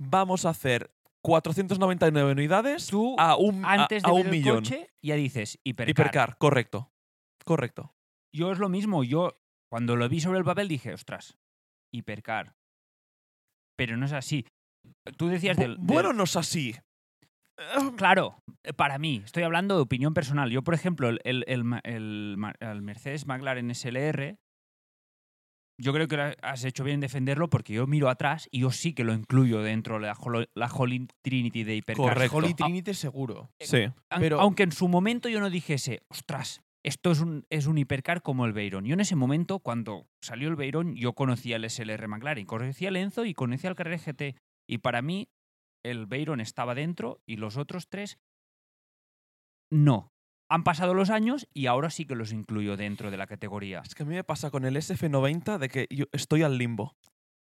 Vamos a hacer 499 unidades
Tú,
a un, a-
antes de
a
ver
un
el
millón.
coche, ya dices hipercar.
hipercar, correcto. Correcto.
Yo es lo mismo. Yo, cuando lo vi sobre el papel, dije, ostras, hipercar. Pero no es así. Tú decías
Bu-
del, del-
bueno, no es así. Ah,
Claro, eh, para mí, estoy hablando de opinión personal. Yo, por ejemplo, el, el- el ma- el ma- el Mercedes McLaren SLR, yo creo que lo has hecho bien en defenderlo porque yo miro atrás y yo sí que lo incluyo dentro de la, Holo- la Holy Trinity de Hipercar.
Correcto.
Holy Trinity seguro.
Eh,
Sí.
Aun-
pero-
Aunque en su momento yo no dijese, ostras, esto es un, es un Hipercar como el Veyron. Yo en ese momento, cuando salió el Veyron, yo conocía el SLR McLaren, conocía el Enzo y conocía el Carrera GT. Y para mí, el Veyron estaba dentro y los otros tres no. Han pasado los años y ahora sí que los incluyo dentro de la categoría.
Es que a mí me pasa con el SF90 de que yo estoy al limbo.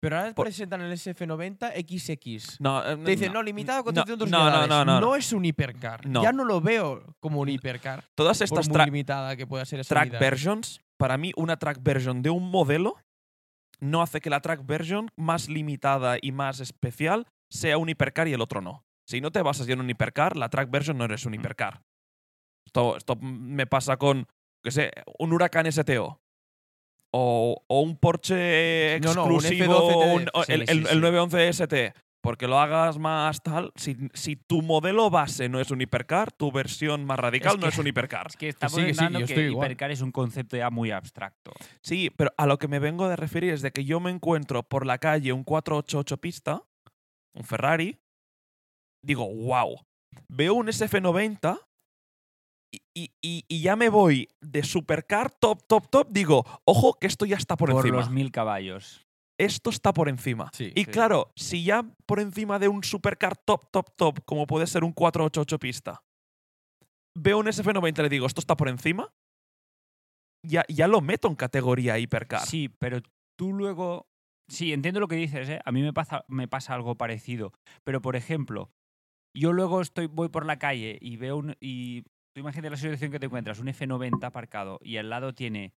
Pero ahora
Por-
presentan el SF90 XX.
No, eh,
Te dicen, no, limitado con 300 unidades.
No, no, no, no.
es un hipercar.
No.
Ya no lo veo como un hipercar.
Todas
Por
estas
muy
tra-
limitada que pueda ser esa
track
unidad.
versions, para mí una track version de un modelo no hace que la track version más limitada y más especial sea un hipercar y el otro no. Si no te basas ya en un hipercar, la track version no eres un
Mm.
hipercar. Esto, esto me pasa con, que sé, un Huracán STO. O, o un Porsche
No, no, un
exclusivo,
F12
un- o
sí,
el,
sí,
el- el
sí.
911 ST. Porque lo hagas más tal. Si, si tu modelo base no es un hipercar, tu versión más radical
Es
no
que-
es un hipercar.
Es que estamos
sí, que sí,
hablando
yo
que,
estoy igual.
hipercar es un concepto ya muy abstracto.
Sí, pero a lo que me vengo de referir es de que yo me encuentro por la calle un 488 pista, un Ferrari, digo, wow, veo un SF90 y, y- y- y ya me voy de supercar top, top, top, digo, ojo que esto ya está por,
Por,
encima.
los mil caballos.
Esto está por encima.
Sí,
y
sí.
claro, si ya por encima de un supercar top, top, top, como puede ser un 488 pista, veo un SF90 y le digo, esto está por encima, ya, ya lo meto en categoría hipercar.
Sí, pero tú luego. Sí, entiendo lo que dices, ¿eh? A mí me pasa, me pasa algo parecido. Pero, por ejemplo, yo luego estoy, voy por la calle y veo un. Y tú imagínate la situación que te encuentras, un F90 aparcado y al lado tiene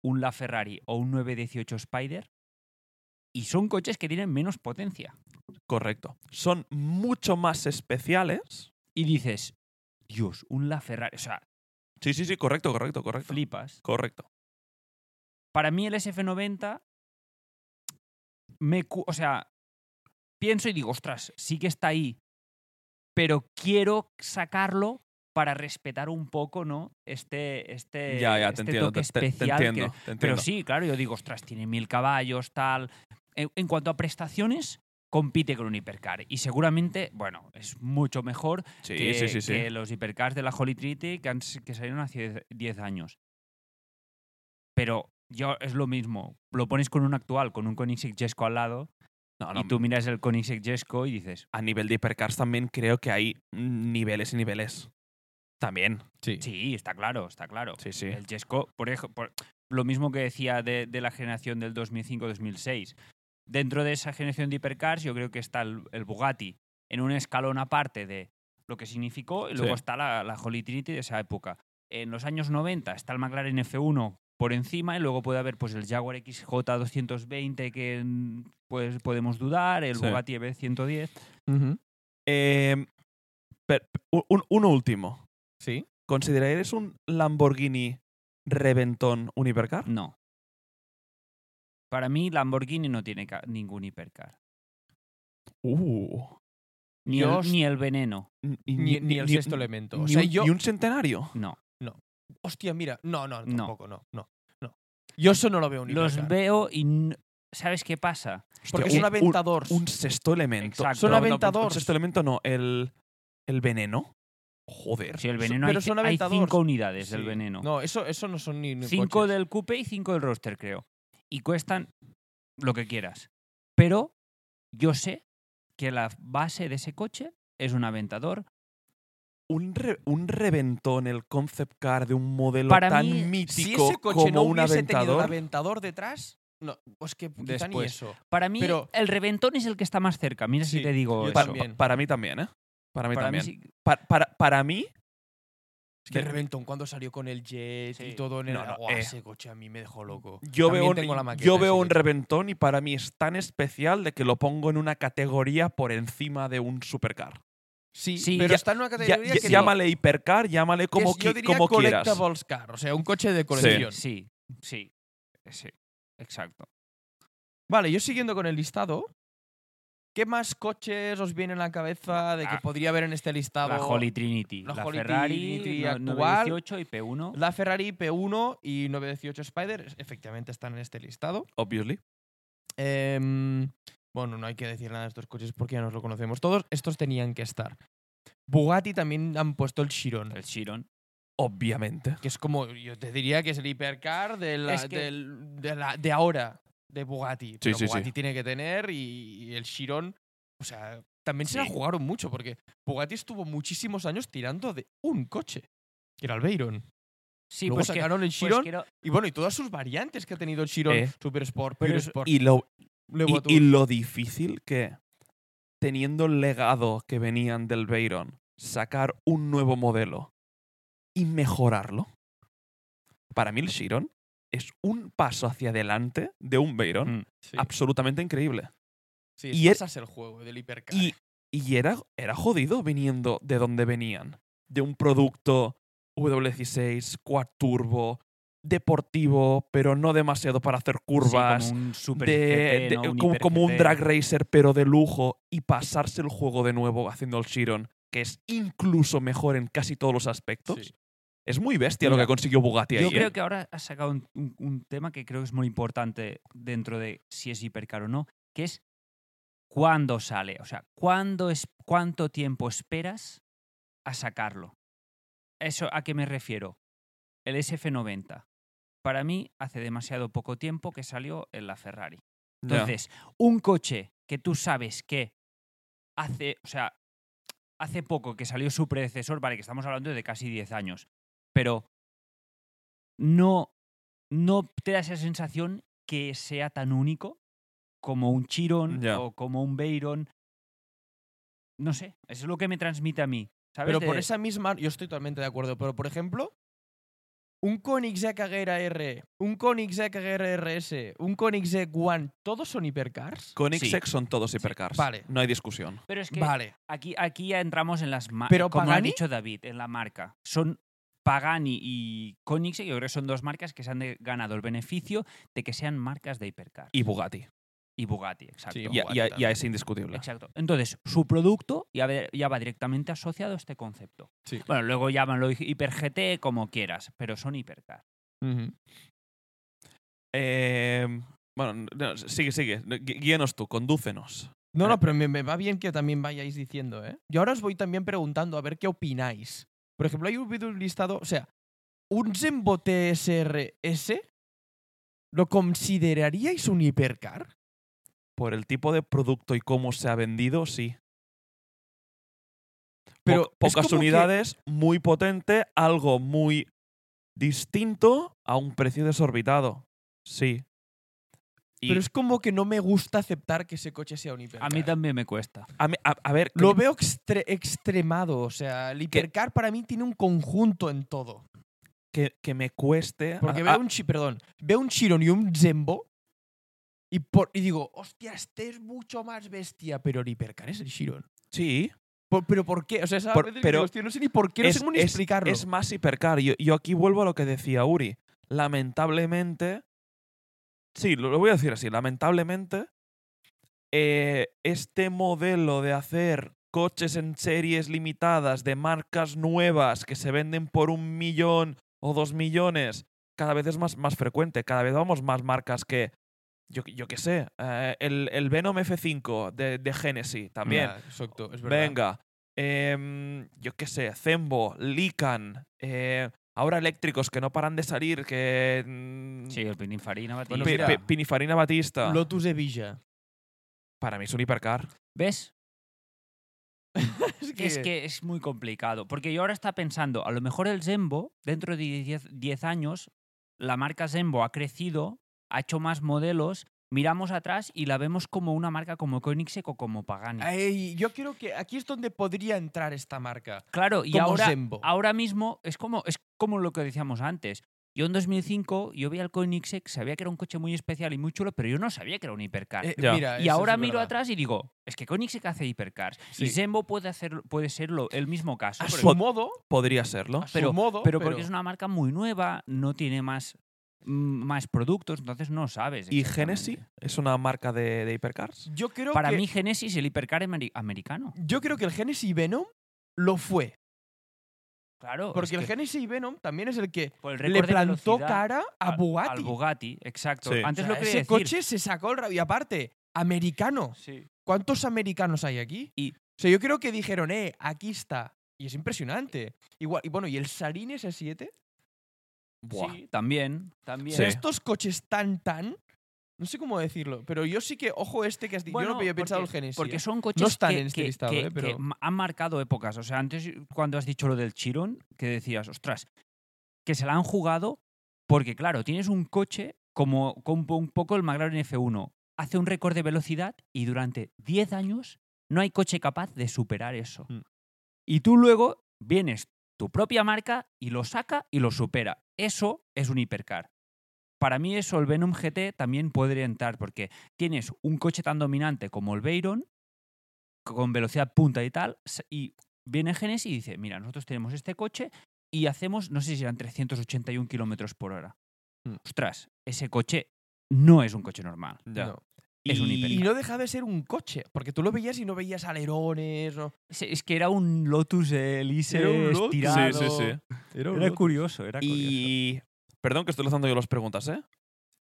un LaFerrari o un 918 Spider. Y son coches que tienen menos potencia.
Correcto. Son mucho más especiales.
Y dices, Dios, un LaFerrari. O sea,
Sí, sí, sí, correcto, correcto, correcto.
flipas.
Correcto.
para mí el SF90 me cu- o sea, pienso y digo, ostras, sí que está ahí, pero quiero sacarlo para respetar un poco, ¿no? Este este
ya, ya, te
este
entiendo,
toque
te, te- te
especial que-
entiendo, te
Pero
entiendo.
sí, claro, yo digo, ostras, tiene mil caballos, tal. E, En, en cuanto a prestaciones, compite con un hipercar. Y seguramente, bueno, es mucho mejor
Sí,
que,
sí, sí, sí.
que los hipercars de la Holy Trinity que, han, s- que salieron hace 10 años. Pero yo es lo mismo. Lo pones con un actual, con un Koenigsegg Jesko al lado,
Ah, No, no,
y tú miras el Koenigsegg Jesko y dices,
A nivel de hipercars también creo que hay niveles y niveles. También.
Sí.
sí, está claro, está claro.
Sí, sí.
El Jesko, por ejemplo, lo mismo que decía de, de la generación del 2005-2006. Dentro de esa generación de hipercars, yo creo que está el, el Bugatti en un escalón aparte de lo que significó, y luego
Sí.
está la, la Holy Trinity de esa época. En los años 90 está el McLaren F1 por encima, y luego puede haber pues, el Jaguar XJ220 que mm, pues, podemos dudar, el
Sí.
Bugatti E EB110.
Ujú.
Eh, per- un- un- uno último.
Sí.
¿Considerarías un Lamborghini Reventón un hipercar?
No. Para mí, Lamborghini no tiene ca- ningún hipercar.
Uh.
Ni,
Yo-
el, ni el veneno,
Ni,
Ni,
ni-
ni el
ni-
sexto
ni-
elemento.
ni
O sea,
un-
yo.
ni un centenario.
no.
Hostia, mira. No, no,
No.
tampoco, no. No. no. Yo eso no lo veo ni
Los veo y n- ¿sabes qué pasa?
Porque
Hostia,
son
un- un-
aventadores.
Un sexto elemento.
Exacto.
Son
No, no, un
aventadores.
sexto elemento no, el, el veneno. Joder.
Si el veneno
pero
hay,
son
hay
aventador.
cinco unidades del
Sí.
veneno.
No, eso, eso no son ni. ni
cinco
coches.
del coupe y cinco del roster, creo. Y cuestan lo que quieras. Pero yo sé que la base de ese coche es un aventador.
Un, re- un reventón, el concept car de un modelo
Para
tan
mí, si
Si
mítico
ese coche
como
no
un
hubiese tenido el
aventador.
aventador detrás. No, pues que quizá ni
Después.
eso.
Para mí,
Pero-
el reventón es el que está más cerca. Mira si
Sí,
te digo
yo
eso.
Pa-
también.
pa- para mí también, ¿eh? Para mí
Para mí
también.
sí-
Pa- para, para mí,
Es que
De-
Reventón cuando salió con el jet y
Sí.
todo en el
No, no,
agua,
eh.
ese coche a mí me dejó loco.
yo
También
veo, un,
tengo la maqueta
yo
de
veo
ese
un
coche.
reventón y para mí es tan especial de que lo pongo en una categoría por encima de un supercar.
Sí,
Sí,
pero
ya-
está en una
Ya-
categoría
ya-
que
llámale hipercar, llámale
que es,
como,
yo
qui-
diría
como quieras.
collectibles car, o sea, un coche de colección.
Sí, sí, sí, exacto.
Vale, yo siguiendo con el listado, ¿qué más coches os viene en la cabeza de que
Ah,
podría haber en este listado?
La Holy Trinity, la,
la Holy
Ferrari,
Trinity
no-
actual.
918 y P1.
La Ferrari P1 y 918 Spider efectivamente están en este listado.
Obviously.
Em, bueno, no hay que decir nada de estos coches porque ya nos lo conocemos todos. Estos tenían que estar. Bugatti también han puesto el Chiron,
El Chiron.
Obviamente.
que es como, yo te diría que es el hipercar de, la-
Es que-
del- de, la- de ahora, de Bugatti. Pero
sí, sí.
Bugatti tiene que tener y, y el Chiron, o sea, también se la
Sí.
jugaron mucho porque Bugatti estuvo muchísimos años tirando de un coche, que era el Veyron.
Sí,
Luego
pues que-
sacaron el
pues
Chiron
que era-
y bueno, y todas sus variantes que ha tenido el Chiron,
Eh.
Super Sport,
Pero
Pure
es-
Sport,
y lo,
Levo
Y, y lo difícil que, teniendo el legado que venían del Veyron, sacar un nuevo modelo y mejorarlo, para mí el Chiron es un paso hacia adelante de un Veyron
Mm.
Sí.
absolutamente increíble.
Sí,
Y
y
es-
ese es el juego del hipercar.
Y, y era, era jodido viniendo de donde venían, de un producto W16, quad turbo, deportivo, pero no demasiado para hacer curvas.
como un super
de-
GT,
de-
¿no? Un
como,
hiper
como un
GT.
drag racer, pero de lujo, y pasarse el juego de nuevo haciendo el Chiron, que es incluso mejor en casi todos los aspectos.
Sí.
Es muy bestia lo
Mira,
que consiguió Bugatti
Yo
ahí,
creo
¿eh?
que ahora has sacado un, un- un tema que creo que es muy importante dentro de si es hipercaro o no, que es cuándo sale, o sea, cuándo es, cuánto tiempo esperas a sacarlo. Eso a qué me refiero. El SF90. Para mí hace demasiado poco tiempo que salió en la Ferrari.
Ya.
Entonces, un coche que tú sabes que hace, o sea, hace poco que salió su predecesor, vale, que estamos hablando de casi 10 años, pero no, no te da esa sensación que sea tan único como un Chiron
Ya.
o como un Veyron. No sé, eso es lo que me transmite a mí. ¿sabes?
Pero
De-
por esa misma. Yo estoy totalmente de acuerdo. Pero por ejemplo, un Koenigsegg Agera R, un Koenigsegg Agera RS, un Koenigsegg One, todos son hipercars.
Con
Sí.
X-Sex son todos hipercars.
Vale.
No hay discusión.
Pero es que
Vale.
Aquí, aquí ya entramos en las marcas.
Pero
Como ha
Pagani-
dicho David, en la marca. Son Pagani y Koenigsegg, yo creo que son dos marcas que se han de- ganado el beneficio de que sean marcas de hipercar.
Y Bugatti.
Y Bugatti, exacto.
Sí, Y
Ya,
Bugatti
ya- ya
también.
es indiscutible.
Exacto. Entonces, su producto ya, ve- ya va directamente asociado a este concepto.
Sí.
Bueno, luego llámalo hi- hiper GT como quieras, pero son hipercar.
Ujú.
Eh, bueno, no, sigue, sigue. Gui- Guíenos tú, condúcenos.
No, no, pero me, me va bien que también vayáis diciendo, ¿eh? Yo ahora os voy también preguntando a ver qué opináis. Por ejemplo, hay un vídeo listado, o sea, un Zembo TSRS, ¿lo consideraríais un hipercar?
Por el tipo de producto y cómo se ha vendido, sí.
Pero
Poc-
es
pocas
como que-
unidades, muy potente, algo muy distinto a un precio desorbitado. Sí. Y
Pero es como que no me gusta aceptar que ese coche sea un hipercar.
A mí también me cuesta.
a, mí- a- a ver,
Lo
que-
veo extre- extremado, o sea, el hipercar para mí tiene un conjunto en todo.
que, que me cueste.
Porque
Ah,
a-
veo
a-
un chi, perdón, veo un Chiron y un Zembo y, por- y digo, hostia, este es mucho más bestia, pero el hipercar es el Chiron.
sí,
Por- pero ¿por qué? O sea, esa
Por-
veces que
pero
digo, "Hostia, no sé ni por qué, no
es-
sé cómo ni
es-
explicarlo.
es más hipercar. Yo, yo aquí vuelvo a lo que decía Uri. Lamentablemente. Sí, lo, lo voy a decir así. Lamentablemente, eh, este modelo de hacer coches en series limitadas de marcas nuevas que se venden por un millón o dos millones cada vez es más, más frecuente. Cada vez vamos más marcas que. Yo, yo qué sé, eh, el, el Venom F5 de, de Genesis también.
Ya, exacto, es verdad.
Venga. em, yo qué sé, Zembo, Lican. eh, ahora eléctricos que no paran de salir, que. mm,
Sí, el Pininfarina va a
Pe-
Bueno,
tirar.
mira.
Pe- Pininfarina Batista.
Lotus Evija.
Para mí es un hipercar.
¿Ves?
es
Es que es muy complicado. Porque yo ahora está pensando, a lo mejor el Zembo, dentro de 10 10 años, la marca Zembo ha crecido, ha hecho más modelos, miramos atrás y la vemos como una marca como Koenigsegg o como Pagani.
Ay, Eh, yo creo que aquí es donde podría entrar esta marca.
Claro, y
como
ahora,
Zembo.
ahora mismo es como, es como lo que decíamos antes. Yo en 2005, yo veía el Koenigsegg, sabía que era un coche muy especial y muy chulo, pero yo no sabía que era un hipercar.
Eh,
Ya.
mira,
y
eso
ahora
es
miro
verdad.
atrás y digo, es que Koenigsegg hace hipercars.
Sí.
Y Zembo puede, hacer, puede ser lo- el mismo caso.
A
pero-
su modo,
Podría serlo.
Ah,
a su modo,
pero porque es una marca muy nueva, no tiene más, mm, más productos, entonces no sabes.
¿Y
exactamente.
Genesis es una marca de, de hipercars?
Yo creo
Para
que,
mí, Genesis, el hipercar ameri- americano.
Yo creo que el Genesis Venom lo fue.
Claro.
Porque el
Oh, es que
Genesis Venom también es el que
por el récord
le
de
plantó
velocidad
cara a
al-
Bugatti.
Al Bugatti, exacto.
Sí.
Antes
O sea,
lo quería
ese
decir.
coche se sacó el rabia. Y aparte, americano.
Sí.
¿Cuántos americanos hay aquí?
Y-
O sea, yo creo que dijeron, eh, aquí está. Y es impresionante. Igual, y bueno, ¿y el Sarin S7?
Buah.
Sí, también, también.
O sea,
Sí.
estos coches tan, tan... No sé cómo decirlo, pero yo sí que, ojo este que has dicho, yo no había pensado
porque-
el Genesis.
Porque
eh.
son coches
No están
que,
en este
que-
listado,
que-
eh, pero-
que ma- han marcado épocas. O sea, antes cuando has dicho lo del Chiron, que decías, ostras, que se la han jugado porque, claro, tienes un coche como, como un poco el McLaren F1. Hace un récord de velocidad y durante 10 años no hay coche capaz de superar eso.
Hmm.
Mm.
Y tú luego vienes tu propia marca y lo saca y lo supera. Eso es un hipercar. Para mí eso el Venom GT también podría entrar porque tienes un coche tan dominante como el Veyron, con velocidad punta y tal, s- y viene Genesis y dice, mira, nosotros tenemos este coche y hacemos, no sé si eran 381 kilómetros por hora.
Mm.
Ostras, ese coche no es un coche normal.
Ya.
No.
Y,
Es un
Y
hipercar.
no deja de ser un coche, porque tú lo veías y no veías alerones. No.
Es, es que era un Lotus Elise
Era un Lotus.
estirado.
Sí, sí, sí.
Era curioso, era curioso.
Y. Perdón que estoy lanzando yo las preguntas, ¿eh?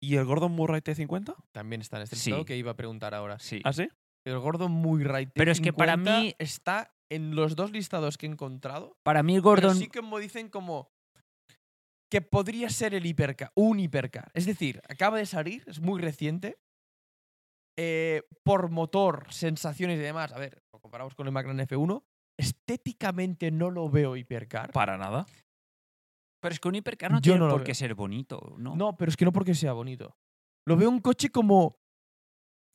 ¿Y el Gordon Murray T50?
También está en este
Sí.
listado que iba a preguntar ahora.
Sí.
¿Ah, sí?
El gordo muy right.
Pero es que para mí-
Está en los dos listados que he encontrado.
Para mí el
pero
Gordon
sí que me dicen como. Que podría ser el hipercar. Un hipercar. Es decir, acaba de salir, es muy reciente. Eh, por motor, sensaciones y demás. A ver, lo comparamos con el McLaren F1. Estéticamente no lo veo hipercar.
Para nada.
Pero es que un hipercar no
Yo
tiene
no lo
por
veo.
qué ser bonito, ¿no?
No, pero es que no porque sea bonito. Lo veo un coche como.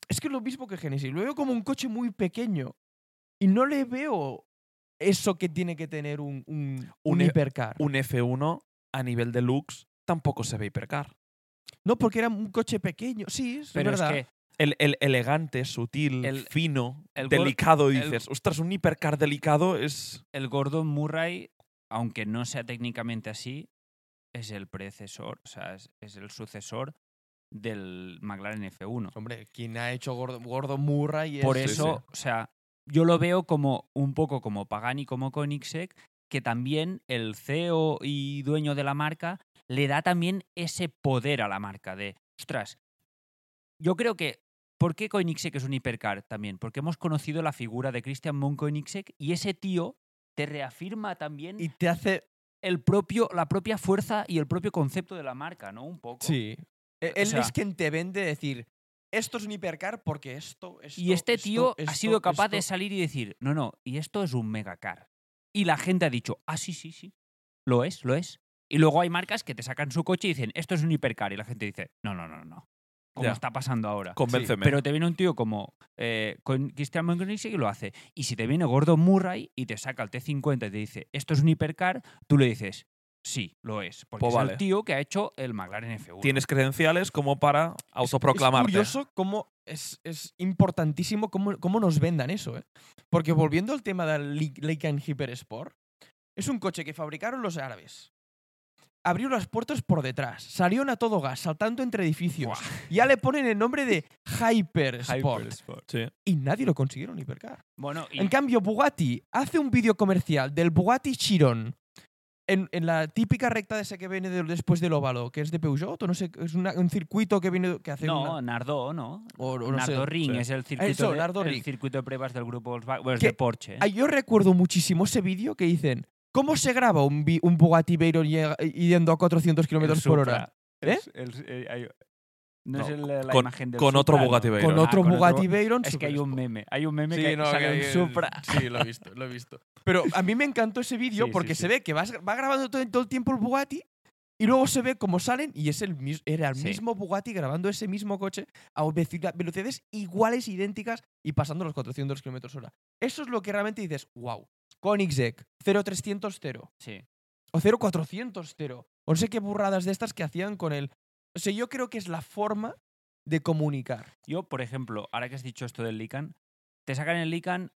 Es que es lo mismo que Genesis. Lo veo como un coche muy pequeño. Y no le veo eso que tiene que tener un, un, un
e-
hipercar.
Un F1 a nivel de looks tampoco se ve hipercar.
No, porque era un coche pequeño. Sí, es
Pero es
verdad.
que
El, el elegante, sutil,
El-
fino,
el Gor-
delicado,
el-
dices. Ostras, un hipercar delicado es.
el Gordon Murray, aunque no sea técnicamente así, es el predecesor, o sea, es, es el sucesor del McLaren F1.
Hombre, quien ha hecho Gordo, Gordo Murray es-
Por
Sí, sí.
eso, o sea, yo lo veo como un poco como Pagani, como Koenigsegg, que también el CEO y dueño de la marca le da también ese poder a la marca de, ostras, yo creo que, ¿por qué Koenigsegg es un hipercar también? Porque hemos conocido la figura de Christian Mon Koenigsegg y ese tío te reafirma también
Y te hace.
el propio, la propia fuerza y el propio concepto de la marca, ¿no? Un poco.
Sí. e-, Él
O sea-
es quien te vende decir. Esto es un hipercar porque esto, esto
Y este
esto,
tío ha
esto,
sido capaz de
esto".
salir y decir, no, no, y esto es un megacar. Y la gente ha dicho, ah, sí, sí, sí, lo es, lo es. Y luego hay marcas que te sacan su coche y dicen, esto es un hipercar. Y la gente dice, no, no, no, no. Como
Ya.
está pasando ahora.
Convénceme.
Pero te viene un tío como eh, con Christian Mongrenixi y lo hace. Y si te viene Gordon Murray y te saca el T50 y te dice, esto es un hipercar, tú le dices, sí, lo es. Porque
Pues
es
vale.
el tío que ha hecho el McLaren F1.
Tienes credenciales como para autoproclamarte.
Es curioso cómo es, es importantísimo cómo, cómo nos vendan eso, ¿eh? Porque volviendo al tema del Li- Lycan Hyper Sport, es un coche que fabricaron los árabes. Abrió las puertas por detrás, salieron a todo gas, saltando entre edificios.
Buah.
Ya le ponen el nombre de Hyper Sport.
Sí.
Y nadie lo consiguieron hipercar.
Bueno, y-
En cambio, Bugatti hace un vídeo comercial del Bugatti Chiron en, en la típica recta de esa que viene de- después del óvalo, que es de Peugeot, o no sé, es una- un circuito que viene que hace una-
no, Nardó, ¿no?
o- o no sé.
Nardo Ring
Sí.
es el circuito,
Eso,
de,
Nardo
el
Ring.
circuito de pruebas del grupo Volkswagen, bueno, es
Que
de Porsche. ¿eh?
Ah, Yo recuerdo muchísimo ese vídeo que dicen, ¿cómo se graba un, vi- un Bugatti Veyron llega- yendo a 400 kilómetros por hora? ¿Eh?
no, es
No,
el- la
con-
imagen del
con otro
Supra, ¿no?
Bugatti Veyron.
Con
Ah,
otro Bugatti Veyron.
Es que hay
super
un
sport.
meme, hay un meme que
Sí, no,
sale
que-
un
que-
Supra.
Sí, lo he visto, lo he visto. Pero a mí me encantó ese vídeo
Sí, sí,
porque
sí.
se ve que vas- va grabando todo, todo el tiempo el Bugatti y luego se ve cómo salen y es el mis- era el
Sí.
mismo Bugatti grabando ese mismo coche a veci- velocidades iguales, idénticas y pasando los 400 kilómetros hora. Eso es lo que realmente dices, wow. Koenigsegg, 0300 0.
Sí.
O 0400, 0. O no sé qué burradas de estas que hacían con él. O sea, yo creo que es la forma de comunicar.
Yo, por ejemplo, ahora que has dicho esto del Lican, te sacan el Lican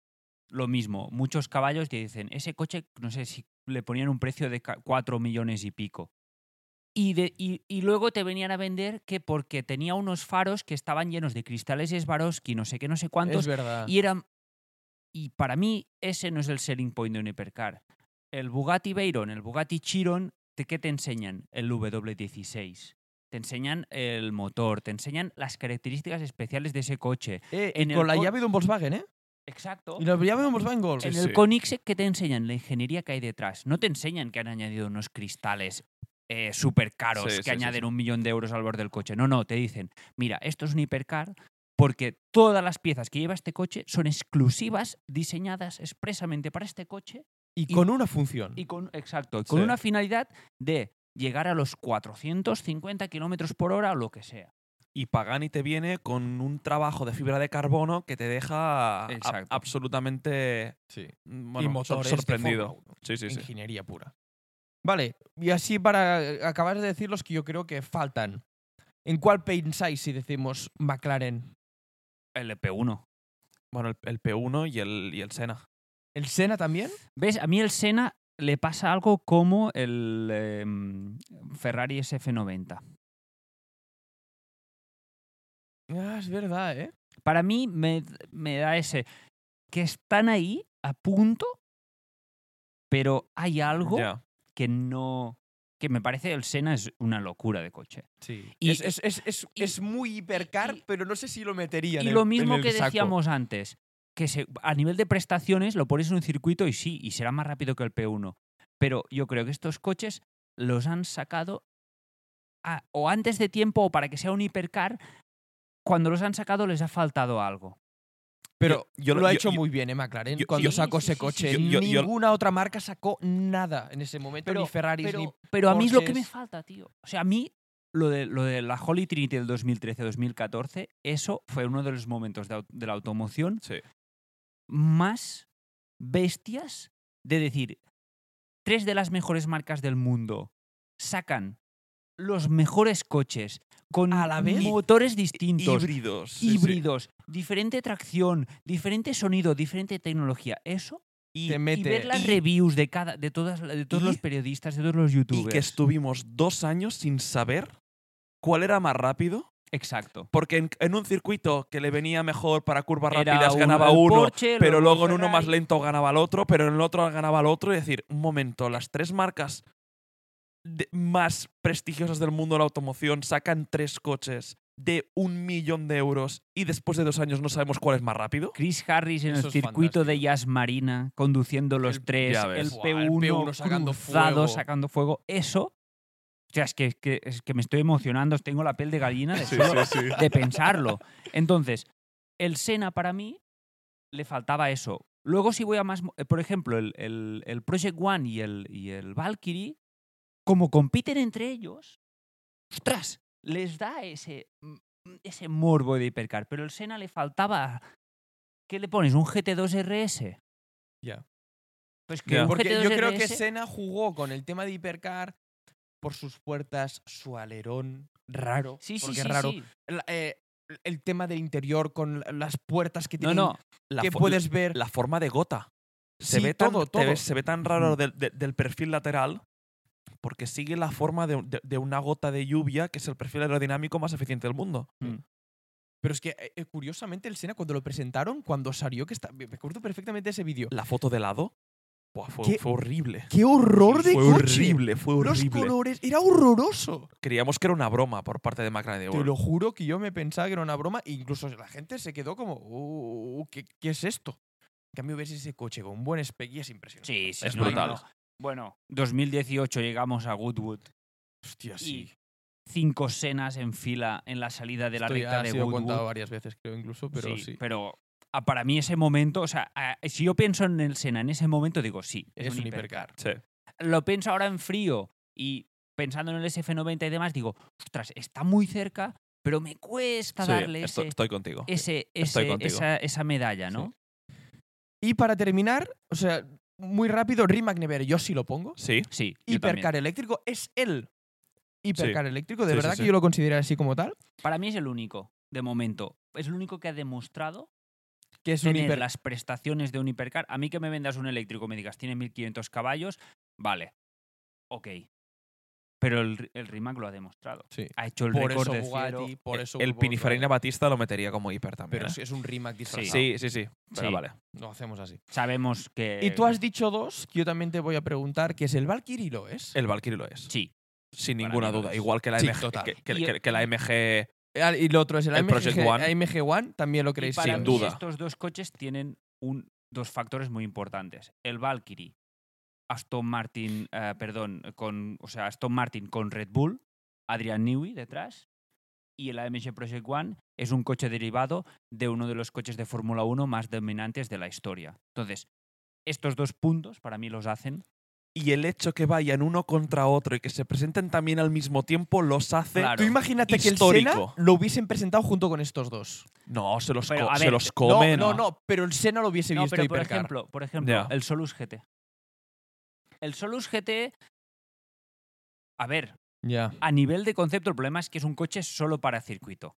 lo mismo, muchos caballos te dicen, ese coche, no sé si le ponían un precio de 4 millones y pico. Y, de- y- y luego te venían a vender que porque tenía unos faros que estaban llenos de cristales Swarovski, no sé qué, no sé cuántos,
Es verdad.
Y era. Y para mí, ese no es el selling point de un hipercar. El Bugatti Veyron, el Bugatti Chiron, ¿de qué te enseñan? El V16. Te enseñan el motor, te enseñan las características especiales de ese coche.
Eh,
en el
con la
co-
llave de un Volkswagen, ¿eh?
Exacto.
Y la llave de un Volkswagen Golf.
en
Pues Sí,
el
sí.
Koenigsegg, ¿qué te enseñan? La ingeniería que hay detrás. No te enseñan que han añadido unos cristales eh, súper caros
Sí, sí,
que
sí,
añaden
sí.
un millón de euros al borde del coche. No, no, te dicen, mira, esto es un hipercar porque todas las piezas que lleva este coche son exclusivas, diseñadas expresamente para este coche
y con una función.
y con, exacto, y con
Sí.
una finalidad de llegar a los 450 kilómetros por hora o lo que sea.
Y Pagani te viene con un trabajo de fibra de carbono que te deja ab-
Exacto.
absolutamente
sí.
mm, bueno, sor-
motores de
sorprendido.
Fórmula uno.
Sí, sí, sí.
Ingeniería pura. Vale, y así para eh, acabar de decir los que yo creo que faltan. ¿En cuál pensáis si decimos McLaren?
El EP1.
Bueno, el, el P1 y el, y el Sena.
¿El Senna también?
¿Ves? A mí el em, Sena le pasa algo como el eh, Ferrari SF90.
Ah, es verdad, ¿eh?
Para mí me, me da ese que están ahí a punto, pero hay algo
Ya.
que no... Que me parece el Sena es una locura de coche.
Sí.
Y-
es, es, es, es,
y-
es muy hipercar,
y-
pero no sé si lo metería. en
Y
el-
lo
en
mismo
el
que
saco.
decíamos antes, que se- a nivel de prestaciones lo pones en un circuito y sí, y será más rápido que el P1. Pero yo creo que estos coches los han sacado a- o antes de tiempo o para que sea un hipercar, cuando los han sacado les ha faltado algo.
Pero
Yo- yo
lo,
lo-
ha
yo-
hecho
yo-
muy bien, ¿eh? McLaren.
yo-
cuando
yo-
sacó
Sí, sí,
ese
sí,
coche,
sí, sí. Yo- yo-
ninguna otra marca sacó nada en ese momento, ni Ferrari, ni.
Pero, pero a mí es lo que me
Porsches.
falta, tío. O sea, a mí lo de, lo de la Holy Trinity del 2013-2014, eso fue uno de los momentos de, au- de la automoción
Sí.
más bestias de decir, tres de las mejores marcas del mundo sacan los mejores coches con
A la vez.
motores distintos,
Híbridos. sí, sí.
híbridos, diferente tracción, diferente sonido, diferente tecnología. Eso y,
Te
y
mete-
ver las
y-
reviews de cada de todas la- de todos
y-
los periodistas, de todos los
Y
youtubers.
que estuvimos dos años sin saber cuál era más rápido.
Exacto.
Porque en, en un circuito que le venía mejor para curvas
Era
rápidas
uno
ganaba
el
uno,
Porsche,
pero
luego
luego en uno más
Ferrari.
lento ganaba el otro, pero en el otro ganaba el otro. Y decir, un momento, las tres marcas de- más prestigiosas del mundo de la automoción sacan tres coches de un millón de euros y después de dos años no sabemos cuál es más rápido.
Chris Harris en
Eso
el
es
circuito de
fantástico.
Jazz Marina, conduciendo los
El-
tres,
ya
el
ves.
Buah, el
P1,
P1 sacando
cruzado,
fuego.
sacando fuego. Eso. O sea, es que, que- es que me estoy emocionando, os tengo la piel de gallina de,
Sí,
solo-
sí, sí.
de pensarlo. Entonces, el Sena para mí le faltaba eso. Luego, si voy a más. mo- eh, Por ejemplo, el, el- el Project One y el, y el Valkyrie, como compiten entre ellos, ¡ostras! Les da ese, mm, ese morbo de hipercar. Pero el Sena le faltaba. ¿Qué le pones? ¿Un GT2 RS?
Ya.
Pues que
Ya.
un
Porque
GT2
yo creo que
RS
Senna jugó con el tema de hipercar por sus puertas, su alerón raro.
Sí, sí,
porque
sí,
es raro.
sí.
la- eh, el tema del interior con las puertas que
No,
tienen,
no.
La
que
fo-
puedes ver.
la forma de gota. Se,
Sí,
ve, tan,
todo,
te
todo.
ve- se ve tan raro del, de- del perfil lateral porque sigue la forma de, de- de una gota de lluvia, que es el perfil aerodinámico más eficiente del mundo.
Pero es que, eh, eh, curiosamente, el Sena, cuando lo presentaron, cuando salió, que está, me me acuerdo perfectamente ese vídeo.
La foto de lado buah, fue,
¿Qué?
fue horrible.
¡Qué horror de
Fue
coche!
horrible, fue
Los
horrible.
colores, era horroroso.
Creíamos que era una broma por parte de McLaren.
Te lo juro que yo me pensaba que era una broma. e Incluso la gente se quedó como, "Uh, ¿qué, qué es esto? En cambio, ves ese coche con un buen spec y es impresionante.
Sí, sí,
Es
no, no,
brutal.
no. Bueno, 2018 llegamos a Goodwood.
Hostia,
y cinco cenas en fila en la salida de la
Esto ya
recta
ha
de
sido
Goodwood.
contado varias veces, creo, incluso, pero sí.
pero, ah, para mí ese momento, o sea, ah, si yo pienso en el Sena en ese momento, digo, sí, es, un, hipercar.
Sí.
Lo pienso ahora en frío y pensando en el SF90 y demás, digo, ostras, está muy cerca, pero me cuesta
Sí,
darle
esto-
ese,
estoy contigo.
ese,
estoy
ese-
contigo.
esa, esa medalla, ¿no?
Y para terminar, o sea, muy rápido, Rimac Nevera, yo sí lo pongo.
Sí,
Sí, yo también.
Hipercar eléctrico es el hipercar eléctrico,
Sí,
de
sí,
verdad
sí.
que yo lo considero así como tal,
Para mí es el único, de momento. Es el único que ha demostrado
que es un
tener
hipercar.
las prestaciones de un hipercar. A mí que me vendas un eléctrico y me digas tiene 1500 caballos, vale, ok. Pero el, R- el Rimac lo ha demostrado.
Sí.
Ha hecho el
Por
récord
eso
de
Bugatti,
Fiero.
por eso
e el
Volkswagen.
Pininfarina Batista lo metería como hiper también.
Pero
¿eh?
es- es un Rimac disfrazado.
Sí, sí, sí. Pero
Sí.
vale.
Lo hacemos así.
Sabemos que...
Y tú
Em.
has dicho dos que yo también te voy a preguntar, que es el Valkyrie, ¿lo es?
El Valkyrie lo es.
Sí.
Sin
Para
ninguna
mí lo
duda.
es.
Igual que la
Sí,
MG.
total.
que- que-
Y-
que- que la MG
Ah, y el otro es el,
El
AMG,
Project One.
AMG One, también lo creéis.
y para
sin
mí
duda.
estos dos coches tienen un, dos factores muy importantes. El Valkyrie, Aston Martin, eh, perdón, con, o sea, Aston Martin con Red Bull, Adrian Newey detrás, y el AMG Project One es un coche derivado de uno de los coches de Fórmula 1 más dominantes de la historia. Entonces, estos dos puntos para mí los hacen
y el hecho que vayan uno contra otro y que se presenten también al mismo tiempo los hace.
Claro.
Tú imagínate que el
Histórico.
Senna lo hubiesen presentado junto con estos dos.
No, se los,
Pero,
co-
a
se
ver,
los
no,
No,
comen.
no, no, pero el Senna lo hubiese
No,
visto
pero por
hipercar.
ejemplo, por ejemplo
Ya.
el Solus GT. El Solus GT. A ver,
Ya.
a nivel de concepto, el problema es que es un coche solo para circuito.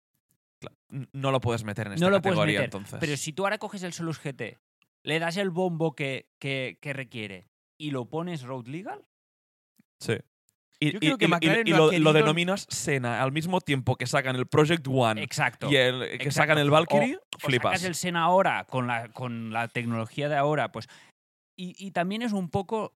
N- no lo puedes meter en esta
No lo puedes
categoría
meter,
entonces.
Pero si tú ahora coges el Solus GT, le das el bombo que, que, que requiere y lo pones road legal,
Sí. Y,
Yo
y-
creo que
y- y-
McLaren
y
no ha
lo, lo
querido-
denominas Sena al mismo tiempo que sacan el Project One
Exacto.
y el, que
exacto.
sacan el Valkyrie,
O
flipas.
Pues sacas el Sena ahora con la, con la tecnología de ahora, pues. Y, y también es un poco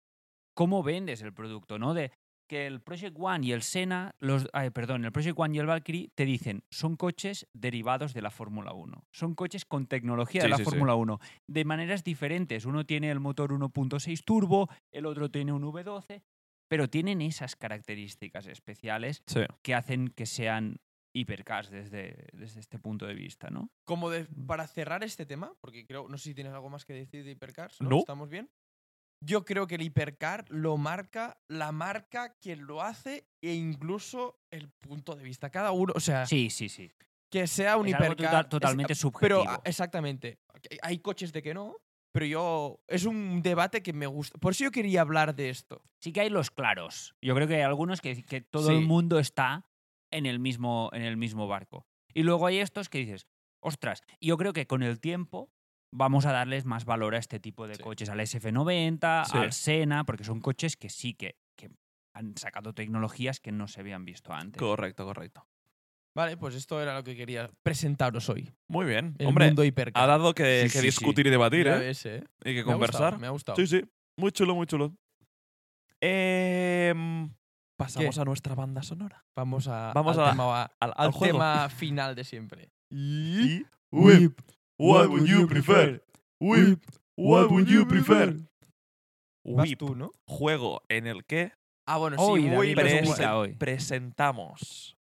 cómo vendes el producto, ¿no? De que el Project One y el Sena, los, ay, perdón, el Project One y el Valkyrie te dicen, son coches derivados de la Fórmula 1. Son coches con tecnología de
Sí,
la
sí, sí.
Fórmula 1, de maneras diferentes. Uno tiene el motor 1.6 turbo, el otro tiene un V12, pero tienen esas características especiales
Sí.
que hacen que sean hipercars desde, desde este punto de vista, ¿no?
Como de- para cerrar este tema, porque creo, no sé si tienes algo más que decir de Hipercar, ¿no?
No.
¿Estamos bien? Yo creo que el Hipercar lo marca la marca que lo hace e incluso el punto de vista. Cada uno, o sea,
Sí, sí, sí.
que sea un
Es algo
Hipercar.
total-
es-
totalmente
Pero
subjetivo.
eh,
ah, exactamente, hay- hay coches de que no, pero yo es un debate que me gusta. Por eso yo quería hablar de esto.
sí que hay los claros. Yo creo que hay algunos que, que todo el
Sí.
mundo está en el, mismo, en el mismo barco. Y luego hay estos que dices, ostras, y yo creo que con el tiempo vamos a darles más valor a este tipo de
Sí.
coches, al SF90,
Sí.
al Sena, porque son coches que sí que, que han sacado tecnologías que no se habían visto antes.
Correcto, correcto.
Vale, pues esto era lo que quería presentaros hoy.
Muy bien.
El
Hombre,
mundo Hipercar.
ha dado que,
Sí,
que
sí, sí.
discutir y debatir,
Ya
¿eh?
ves, ¿eh?
Y que
Me ha
conversar.
gustado, Me ha gustado.
Sí, sí. Muy chulo, muy chulo. Em, pasamos a nuestra banda sonora.
Vamos a
Vamos
al
a-
tema,
Al,
al
al juego.
tema final de siempre.
Y-
Whip,
what would you prefer? Whip, what would you prefer?
Vas
Whip,
tú, ¿no?
juego en el que
Ah, bueno, sí,
Hoy,
voy
David,
pero
nos
presen-
es un
obliga
buen-
hoy.
presentamos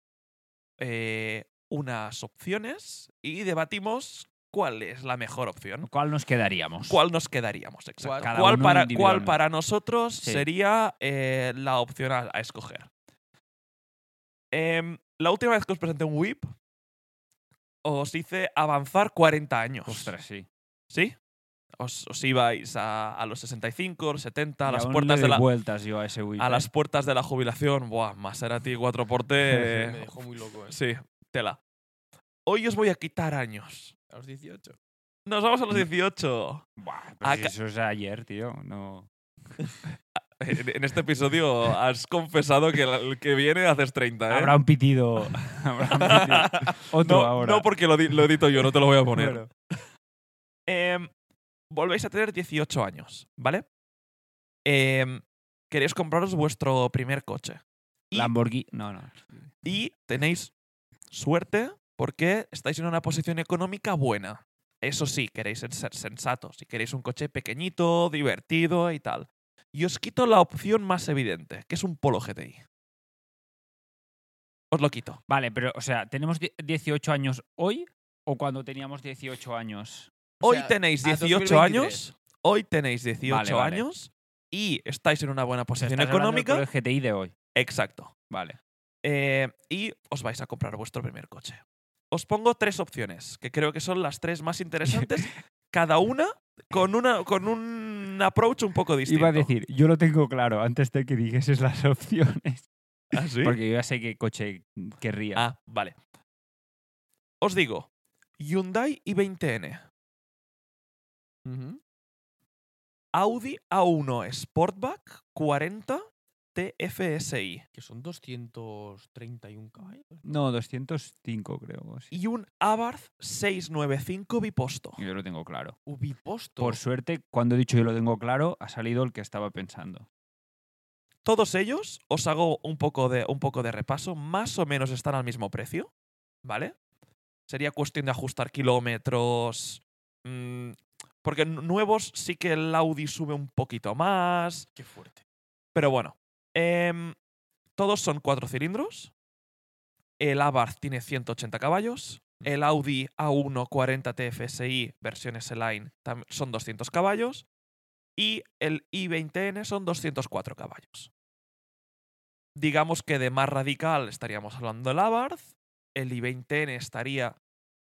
eh, unas opciones y debatimos cuál es la mejor opción.
¿Cuál nos quedaríamos?
¿Cuál nos quedaríamos? Exacto.
Cada
¿Cuál,
uno
para, cuál
individualmente.
para nosotros
Sí.
sería eh, la opción a, a escoger? Em, la última vez que os presenté un whip, os hice avanzar 40 años.
Ostras, sí.
¿Sí? Os, os ibais a, a los 65, los 70, a
Y
las,
aún le
puertas de
doy
la,
vueltas yo a ese ¿eh? Wii.
a las puertas de la jubilación. Buah, Maserati, cuatro porte.
Me dejó muy loco, ¿eh?
sí, tela. Hoy os voy a quitar años.
A los 18.
Nos vamos
Mm.
a los 18.
Buah, pero si
Aca-
eso es ayer, tío. No.
En en este episodio has confesado que la- el que viene haces 30, ¿eh?
Habrá un pitido. Habrá un pitido. Otro
no,
ahora.
no porque lo, di- lo edito yo, no te lo voy a poner.
Bueno.
Em, volvéis a tener 18 años, ¿vale? Em, queréis compraros vuestro primer coche. Y-
Lamborghini. No, no.
Y tenéis suerte porque estáis en una posición económica buena. Eso sí, queréis ser- ser sensatos y queréis un coche pequeñito, divertido y tal. Y os quito la opción más evidente, que es un Polo GTI. Os lo quito.
Vale, pero, o sea, ¿tenemos die- 18 años hoy o cuando teníamos 18 años?
O
Hoy
sea,
tenéis
a
18
2023.
años. Hoy tenéis 18
Vale, vale.
años y estáis en una buena
O sea,
posición
estás hablando del
económica.
Pro GTI de hoy.
Exacto.
Vale.
Eh, y os vais a comprar vuestro primer coche. Os pongo tres opciones, que creo que son las tres más interesantes, cada una con, una con un approach un poco distinto.
Iba a decir, yo lo tengo claro antes de que dijeses las opciones.
¿Ah, sí?
Porque yo ya sé qué coche querría.
Ah, vale. Os digo, Hyundai i20N,
Ujú.
Audi A1 Sportback 40 TFSI
Que son 231 caballos.
No, 205 creo. o así.
y un Abarth 695 biposto.
Yo lo tengo claro.
Ubiposto.
Por suerte, cuando he dicho yo lo tengo claro, ha salido el que estaba pensando.
Todos ellos, os hago un poco, de, un poco de repaso, más o menos están al mismo precio, ¿vale? Sería cuestión de ajustar kilómetros. mm, porque n- nuevos sí que el Audi sube un poquito más.
Qué fuerte.
Pero bueno. em, todos son cuatro cilindros. El Abarth tiene 180 caballos. El Audi A1 40 TFSI versión S-Line tam- son 200 caballos. Y el i20N son 204 caballos. Digamos que de más radical estaríamos hablando del Abarth. El i20N estaría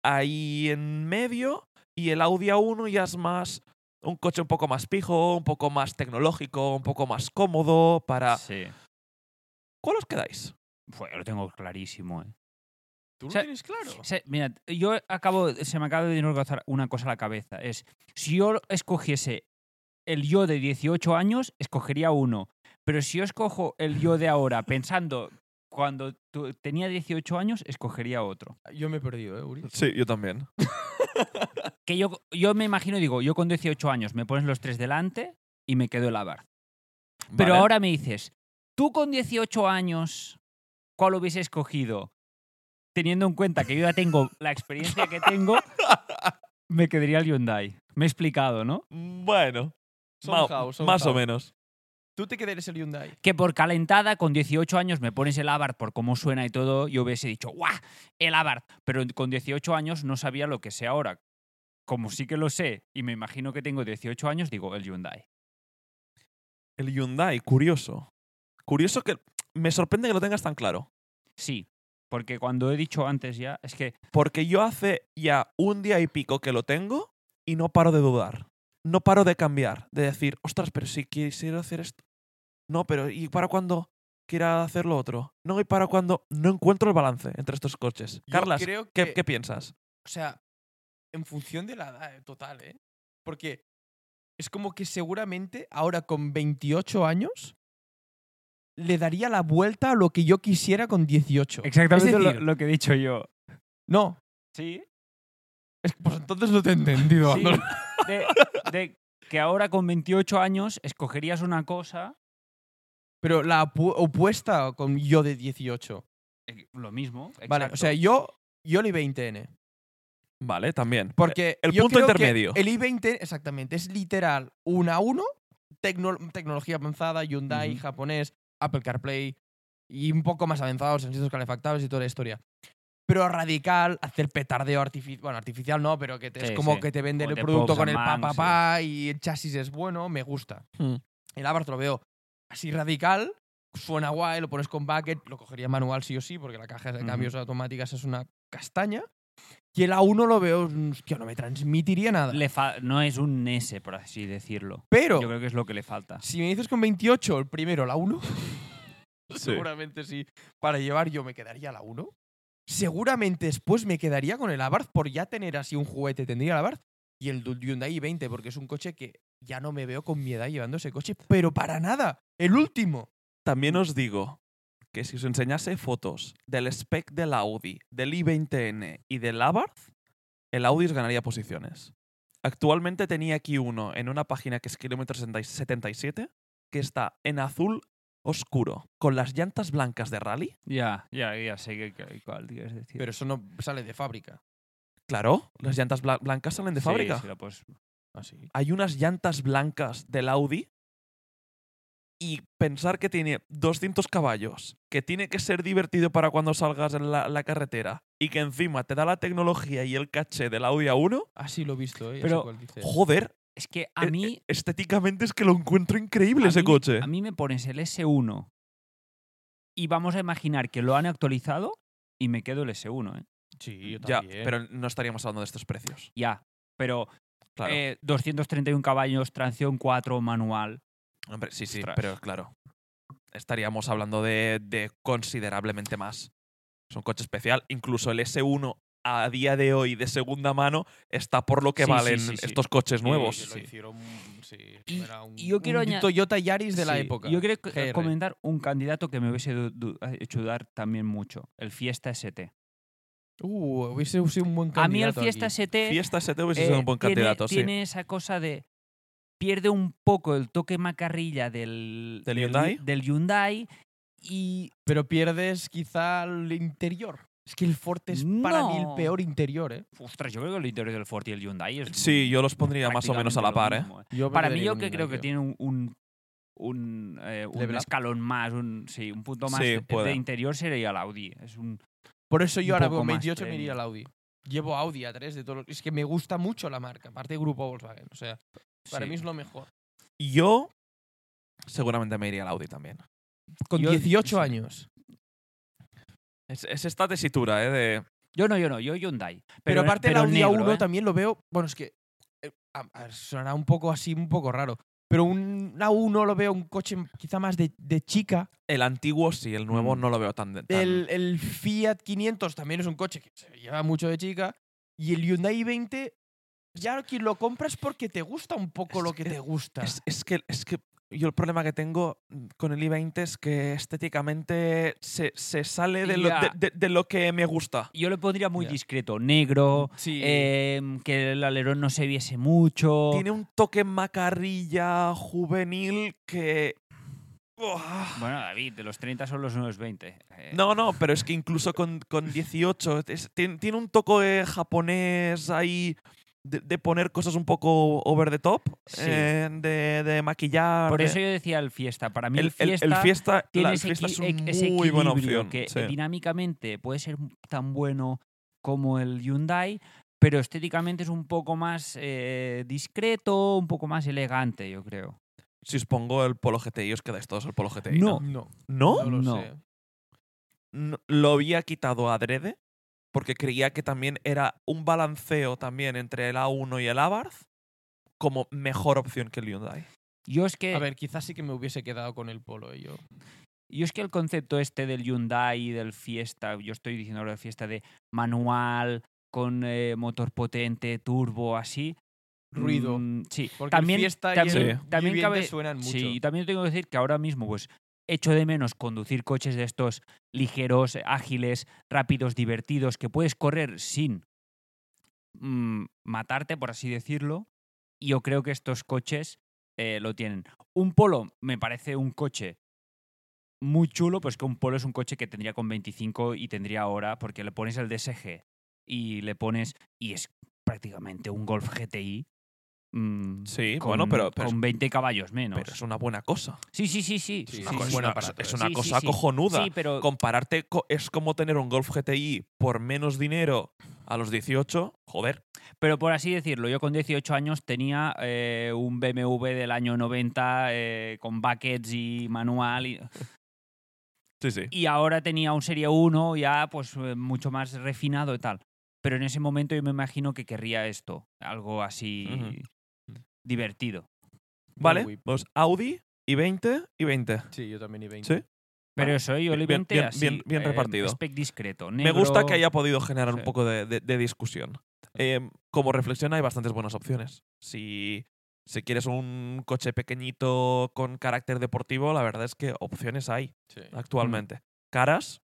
ahí en medio. Y el Audi A1 ya es más. Un coche un poco más pijo, un poco más tecnológico, un poco más cómodo para.
Sí.
¿Cuál os quedáis?
Fue, lo tengo clarísimo, eh.
¿Tú
O
lo
sea,
tienes claro?
Se- mira, yo acabo, se me acaba de desnudar una cosa a la cabeza. Es, si yo escogiese el yo de 18 años, escogería uno. Pero si yo escojo el yo de ahora pensando cuando tu- tenía 18 años, escogería otro.
Yo me he perdido, ¿eh, Uri?
Sí, yo también.
Que yo, yo me imagino, digo, yo con 18 años me pones los tres delante y me quedo el Abar. Pero
Vale.
ahora me dices, tú con 18 años, ¿cuál hubiese escogido? Teniendo en cuenta que yo ya tengo la experiencia que tengo, me quedaría el Hyundai. Me he explicado, ¿no?
Bueno,
Somehow,
ma-
somehow.
más o menos.
Tú te quedarías el Hyundai.
que por calentada, con 18 años, me pones el Abarth por cómo suena y todo, yo hubiese dicho, ¡guau! El Abarth. Pero con 18 años no sabía lo que sé ahora. Como sí que lo sé y me imagino que tengo 18 años, digo, el Hyundai.
El Hyundai, curioso. Curioso que me sorprende que lo tengas tan claro.
Sí, porque cuando he dicho antes ya, es que
Porque yo hace ya un día y pico que lo tengo y no paro de dudar. No paro de cambiar, de decir, ostras, pero si quisiera hacer esto. No, pero ¿y para cuándo quiera hacer lo otro? No, ¿y para cuándo? No encuentro el balance entre estos coches.
Yo
Carlas,
creo
¿qué,
que-
qué piensas?
O sea, en función de la edad eh, total, ¿eh? Porque es como que seguramente ahora con 28 años le daría la vuelta a lo que yo quisiera con 18.
exactamente
Es
lo-
decir,
lo, que he dicho yo.
No,
Sí,
es que pues entonces no te he entendido.
sí.
Andor.
De, de que ahora con 28 años escogerías una cosa,
Pero la opu- opuesta con yo de 18.
eh, lo mismo.
Vale, o
exacto.
sea, yo, yo el i20N.
Vale, también.
Porque
El
yo
punto
creo que
intermedio.
El i20, exactamente, es literal 1 a 1, tecno- tecnología avanzada, Hyundai,
Ujú.
japonés, Apple CarPlay y un poco más avanzados, sensores calefactables y toda la historia. Pero radical, hacer petardeo artificial, bueno, artificial no, pero que te- es
Sí,
como
sí.
que te venden
Ponte
el producto
pops
con
and
el pa, pa,
bangs,
pa y el chasis es bueno, me gusta.
Hmm.
El Abarth lo veo así radical, suena guay, lo pones con bucket, lo cogería manual sí o sí, porque la caja de
Ujú.
cambios automáticas es una castaña. Y el A1 lo veo, que no me transmitiría nada.
Le fa- no es un S, por así decirlo.
Pero
Yo creo que es lo que le falta.
si me dices con 28 el primero, la 1,
Sí.
seguramente sí. Para llevar yo me quedaría la 1. Seguramente después me quedaría con el Abarth por ya tener así un juguete, tendría el Abarth. Y el du- Hyundai 20, porque es un coche que ya no me veo con mi edad llevando ese coche, pero para nada. El último.
También os digo que si os enseñase fotos del spec del Audi, del i20N y del Abarth, el Audi os ganaría posiciones. Actualmente tenía aquí uno en una página que es kilómetro 60 y 77, que está en azul oscuro, con las llantas blancas de rally.
Ya, ya, ya sé que- que- cuál quieres decir.
Pero eso no sale de fábrica.
Claro, las llantas bla- blancas salen de
Sí,
fábrica.
sí, la puedes-
Así.
Hay unas llantas blancas del Audi y pensar que tiene 200 caballos, que tiene que ser divertido para cuando salgas en la, la carretera y que encima te da la tecnología y el caché del Audi A1,
Así lo he visto, ¿eh? Ya sé
Pero-
cuál dices.
joder,
Es que a
e-
mí,
e- estéticamente es que lo encuentro increíble
a
ese
mí-
coche.
a mí me pones el S1 y vamos a imaginar que lo han actualizado y me quedo el S1, ¿eh?
Sí, yo
ya,
también.
pero no estaríamos hablando de estos precios.
Ya, pero
Claro.
eh, 231 caballos, tracción 4, manual.
Hombre, sí, sí,
ostras.
pero claro. Estaríamos hablando de, de considerablemente más. Es un coche especial. Incluso el S1 a día de hoy de segunda mano está por lo que
Sí, sí,
valen
sí, Eh, sí.
estos coches
Sí,
nuevos.
sí,
que lo hicieron, sí,
Y-
era un,
y yo quiero
un
aña-
Toyota Yaris de la
Sí,
época.
Yo quiero co-
GR.
comentar un candidato que me hubiese du- du- hecho dudar también mucho, el Fiesta ST.
Uh, hubiese sido un buen
A mí
candidato.
el Fiesta
aquí.
ST...
Fiesta ST hubiese
eh,
sido un buen
tiene,
candidato, sí.
tiene esa cosa de. Pierde un poco el toque macarrilla del.
¿Del Hyundai?
del Hyundai Y.
Pero pierdes quizá el interior. Es que el Forte es para mí el
No.
peor interior, ¿eh?
Ostras, yo creo que el interior del Ford y el Hyundai es.
Sí, yo los pondría más o menos a la par,
prácticamente
¿eh?
lo mismo,
Yo
Para
me
mí,
quedaría
yo
con
que creo que
Hyundai,
tiene un. un un, eh, un
Level up.
escalón más, un, sí, un punto más
Sí,
de- de,
puede.
interior sería el Audi. Es un,
Por eso yo
un
ahora
poco
con
más
28 me
premium.
iría al Audi. Llevo Audi A3 de todos los... Es que me gusta mucho la marca, aparte de Grupo Volkswagen. O sea, para
sí.
mí es lo mejor.
¿eh? Yo seguramente me iría al Audi también.
Con
Yo-
18
sí.
años.
Es, es esta tesitura, ¿eh? De,
Yo no, yo no, yo Hyundai.
Pero, aparte el
pero
Audi
negro,
A1
¿eh?
también lo veo. Bueno, es que. eh, a- a- sonará un poco así, un poco raro. Pero un A1 lo veo un coche quizá más de, de chica.
el antiguo sí, el nuevo
Mm.
no lo veo tan... tan-
El, el Fiat 500 también es un coche que se lleva mucho de chica. Y el Hyundai 20, ya quien lo compras porque te gusta un poco
Es
lo que
que
te gusta.
Es, es que, es que yo el problema que tengo mm, con el i20 es que estéticamente se, se sale de lo,
Ya.
de- de- de lo que me gusta.
Yo lo pondría muy
Ya.
discreto. Negro,
Sí.
em, que el alerón no se viese mucho.
Tiene un toque macarrilla juvenil que... Buah.
Bueno, David, de los 30 son los nuevos 20. Eh,
No, no, pero es que incluso con, con 18 es- tien- tiene un toque japonés ahí de, de poner cosas un poco over the top,
Sí.
eh, de, de maquillar.
Por
de-
eso yo decía el fiesta. Para mí el,
el, el- el
fiesta,
fiesta, la-
tiene
el
ese,
fiesta
equi-
es
equ- ese
una muy buena
equilibrio
opción.
que
sí.
eh, dinámicamente puede ser tan bueno como el Hyundai, pero estéticamente es un poco más eh, discreto, un poco más elegante, yo creo.
Si os pongo el Polo GTI, os quedáis todos el Polo GTI.
No.
No,
¿No?
no lo
No.
sé.
no, lo había quitado adrede porque creía que también era un balanceo también entre el A1 y el Abarth como mejor opción que el Hyundai.
Yo es que
A ver, quizás sí que me hubiese quedado con el polo eh, yo.
Yo es que el concepto este del Hyundai y del Fiesta, yo estoy diciendo ahora de Fiesta de manual, con eh, motor potente, turbo, así.
Ruido.
mm, sí,
Porque
también,
el fiesta y
también,
el
también
U20
cabe.
suenan mucho.
Sí, y también tengo que decir que ahora mismo, pues, echo de menos conducir coches de estos ligeros, ágiles, rápidos, divertidos, que puedes correr sin mm, matarte, por así decirlo. Y yo creo que estos coches eh, lo tienen. Un polo me parece un coche muy chulo, pues que un polo es un coche que tendría con 25 y tendría ahora, porque le pones el DSG y le pones. Y es prácticamente un Golf GTI. mm,
Sí,
con,
bueno, pero, pero,
con 20 caballos menos.
pero es una buena cosa.
sí, sí, sí, sí.
Sí,
Es una
sí,
co- es
sí.
una,
Buen aparato,
es
¿eh?
una
Sí, sí,
cosa
sí.
cojonuda.
Sí, pero
Compararte co- es como tener un Golf GTI por menos dinero a los 18. Joder.
Pero por así decirlo, yo con 18 años tenía eh, un BMW del año 90 eh, con buckets y manual. Y,
Sí, sí.
y ahora tenía un Serie 1 ya pues eh, mucho más refinado y tal. Pero en ese momento yo me imagino que querría esto, algo así divertido.
Vale,
whip.
pues Audi y 20 y 20.
Sí, yo también y 20.
Sí.
Pero eso, yo lo
Bien-
inventé
bien-
así.
bien- bien
eh,
repartido.
spec discreto.
Me gusta
negro.
que haya podido generar un
Sí.
poco de, de- de discusión. Eh, como reflexión, hay bastantes buenas opciones. Si, si quieres un coche pequeñito con carácter deportivo, la verdad es que opciones hay
Sí.
Ah,
actualmente. Caras,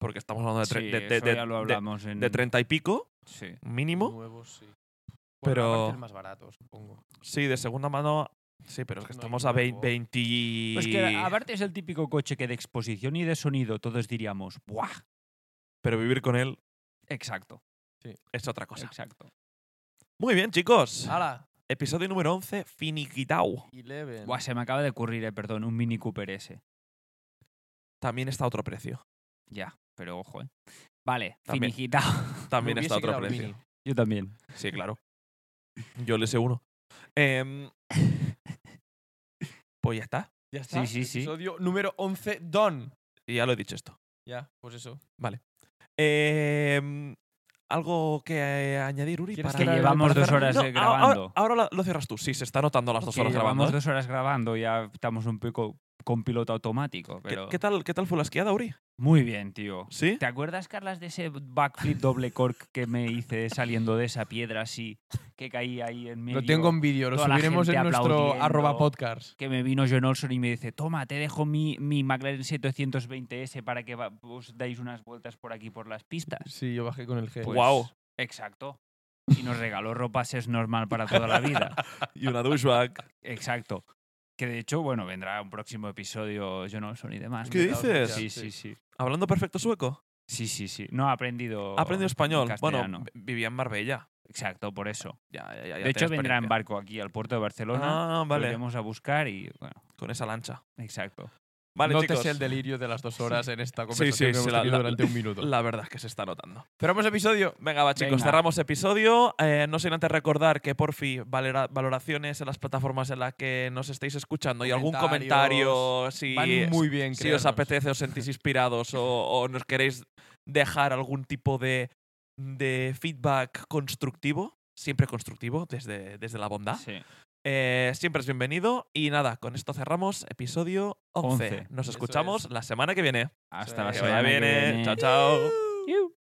porque estamos hablando de, tre-
Sí,
de- de-
eso
de-
ya lo
de-
hablamos en...
de 30 y pico,
sí.
mínimo.
Nuevos, sí. Bueno,
Pero-
aparte es más barato, supongo.
Sí, de segunda mano. Sí, pero es que
No hay
estamos a
nuevo.
20. y-
Pues que aparte es el típico coche que de exposición y de sonido todos diríamos, ¡buah!
Pero vivir con él
Exacto,
es otra cosa.
exacto. Ah.
Muy bien, chicos.
¡Hala!
Episodio número 11, Finiquitao.
11.
Buah, se me acaba de ocurrir, eh, perdón, un Mini Cooper S.
También está a otro precio.
Ya, pero ojo, ¿eh? Vale,
También.
finiquitado.
También
Me
está a
hubiese
otro
quedado
precio.
mini.
Yo también.
Sí, claro. Yo le sé uno. Em, pues ya está.
Ya está.
sí, sí.
Episodio número 11, Don.
Y Ya lo he dicho esto.
Ya, pues eso.
Em, ¿Algo que eh, añadir, Uri?
¿Quieres
que
para-
llevamos
para
dos
cerrar?
horas, eh,
ahora- ahora-
grabando.
Ahora, lo- lo cierras tú. Sí, se está notando las dos
Que
horas grabando.
Llevamos
¿eh?
dos horas grabando, ya estamos un poco con piloto automático,
¿Qué-
pero...
¿Qué, tal, ¿Qué tal fue la esquiada, Uri?
Muy bien, tío.
¿Sí?
¿Te acuerdas, Carlas, de ese backflip doble cork que me hice saliendo de esa piedra así, que caí ahí en medio?
Lo tengo en vídeo, lo
toda la
subiremos
gente
en nuestro
aplaudiendo.
arroba podcast.
que me vino John Olson y me dice, toma, te dejo mi, mi McLaren 720S para que va- os dais unas vueltas por aquí por las pistas.
Sí, yo bajé con el G.
Pues,
Guau.
Exacto. Y nos regaló ropas es normal para toda la vida.
Y una douchebag.
Exacto. Que de hecho, bueno, vendrá un próximo episodio John Olson y demás.
¿Qué
¿no?
dices?
Sí, sí, sí.
¿Hablando perfecto sueco?
Sí, sí, sí. No, ha aprendido.
Ha aprendido español.
castellano.
Bueno, vi- vivía en Marbella.
Exacto, por eso.
Ya, ya, ya, ya
de hecho,
tenía
vendrá en
experiencia.
barco aquí al puerto de Barcelona.
Ah, vale.
Lo iremos a buscar y, bueno,
Con esa lancha.
exacto.
Vale,
Notes
chicos.
el delirio de las dos horas en esta
Sí, sí,
conversación que
se
hemos
la-
tenido
la-
durante un minuto.
La verdad es que se está notando.
Esperamos episodio.
Venga, va, chicos,
Venga.
cerramos episodio. Eh, no sin antes recordar que por fin valera- valoraciones en las plataformas en las que nos estáis escuchando y algún comentario
Comentarios.
si,
Van muy bien,
si os
creernos.
apetece, os sentís inspirados o, o nos queréis dejar algún tipo de, de feedback constructivo, siempre constructivo, desde, desde la bondad.
Sí.
Eh, siempre es bienvenido. Y nada, con esto cerramos episodio 11.
Once.
Nos
Eso
escuchamos la semana que viene.
Sí.
Hasta la
que vaya
semana que
bien, eh.
viene.
Chao, chao.
Iu.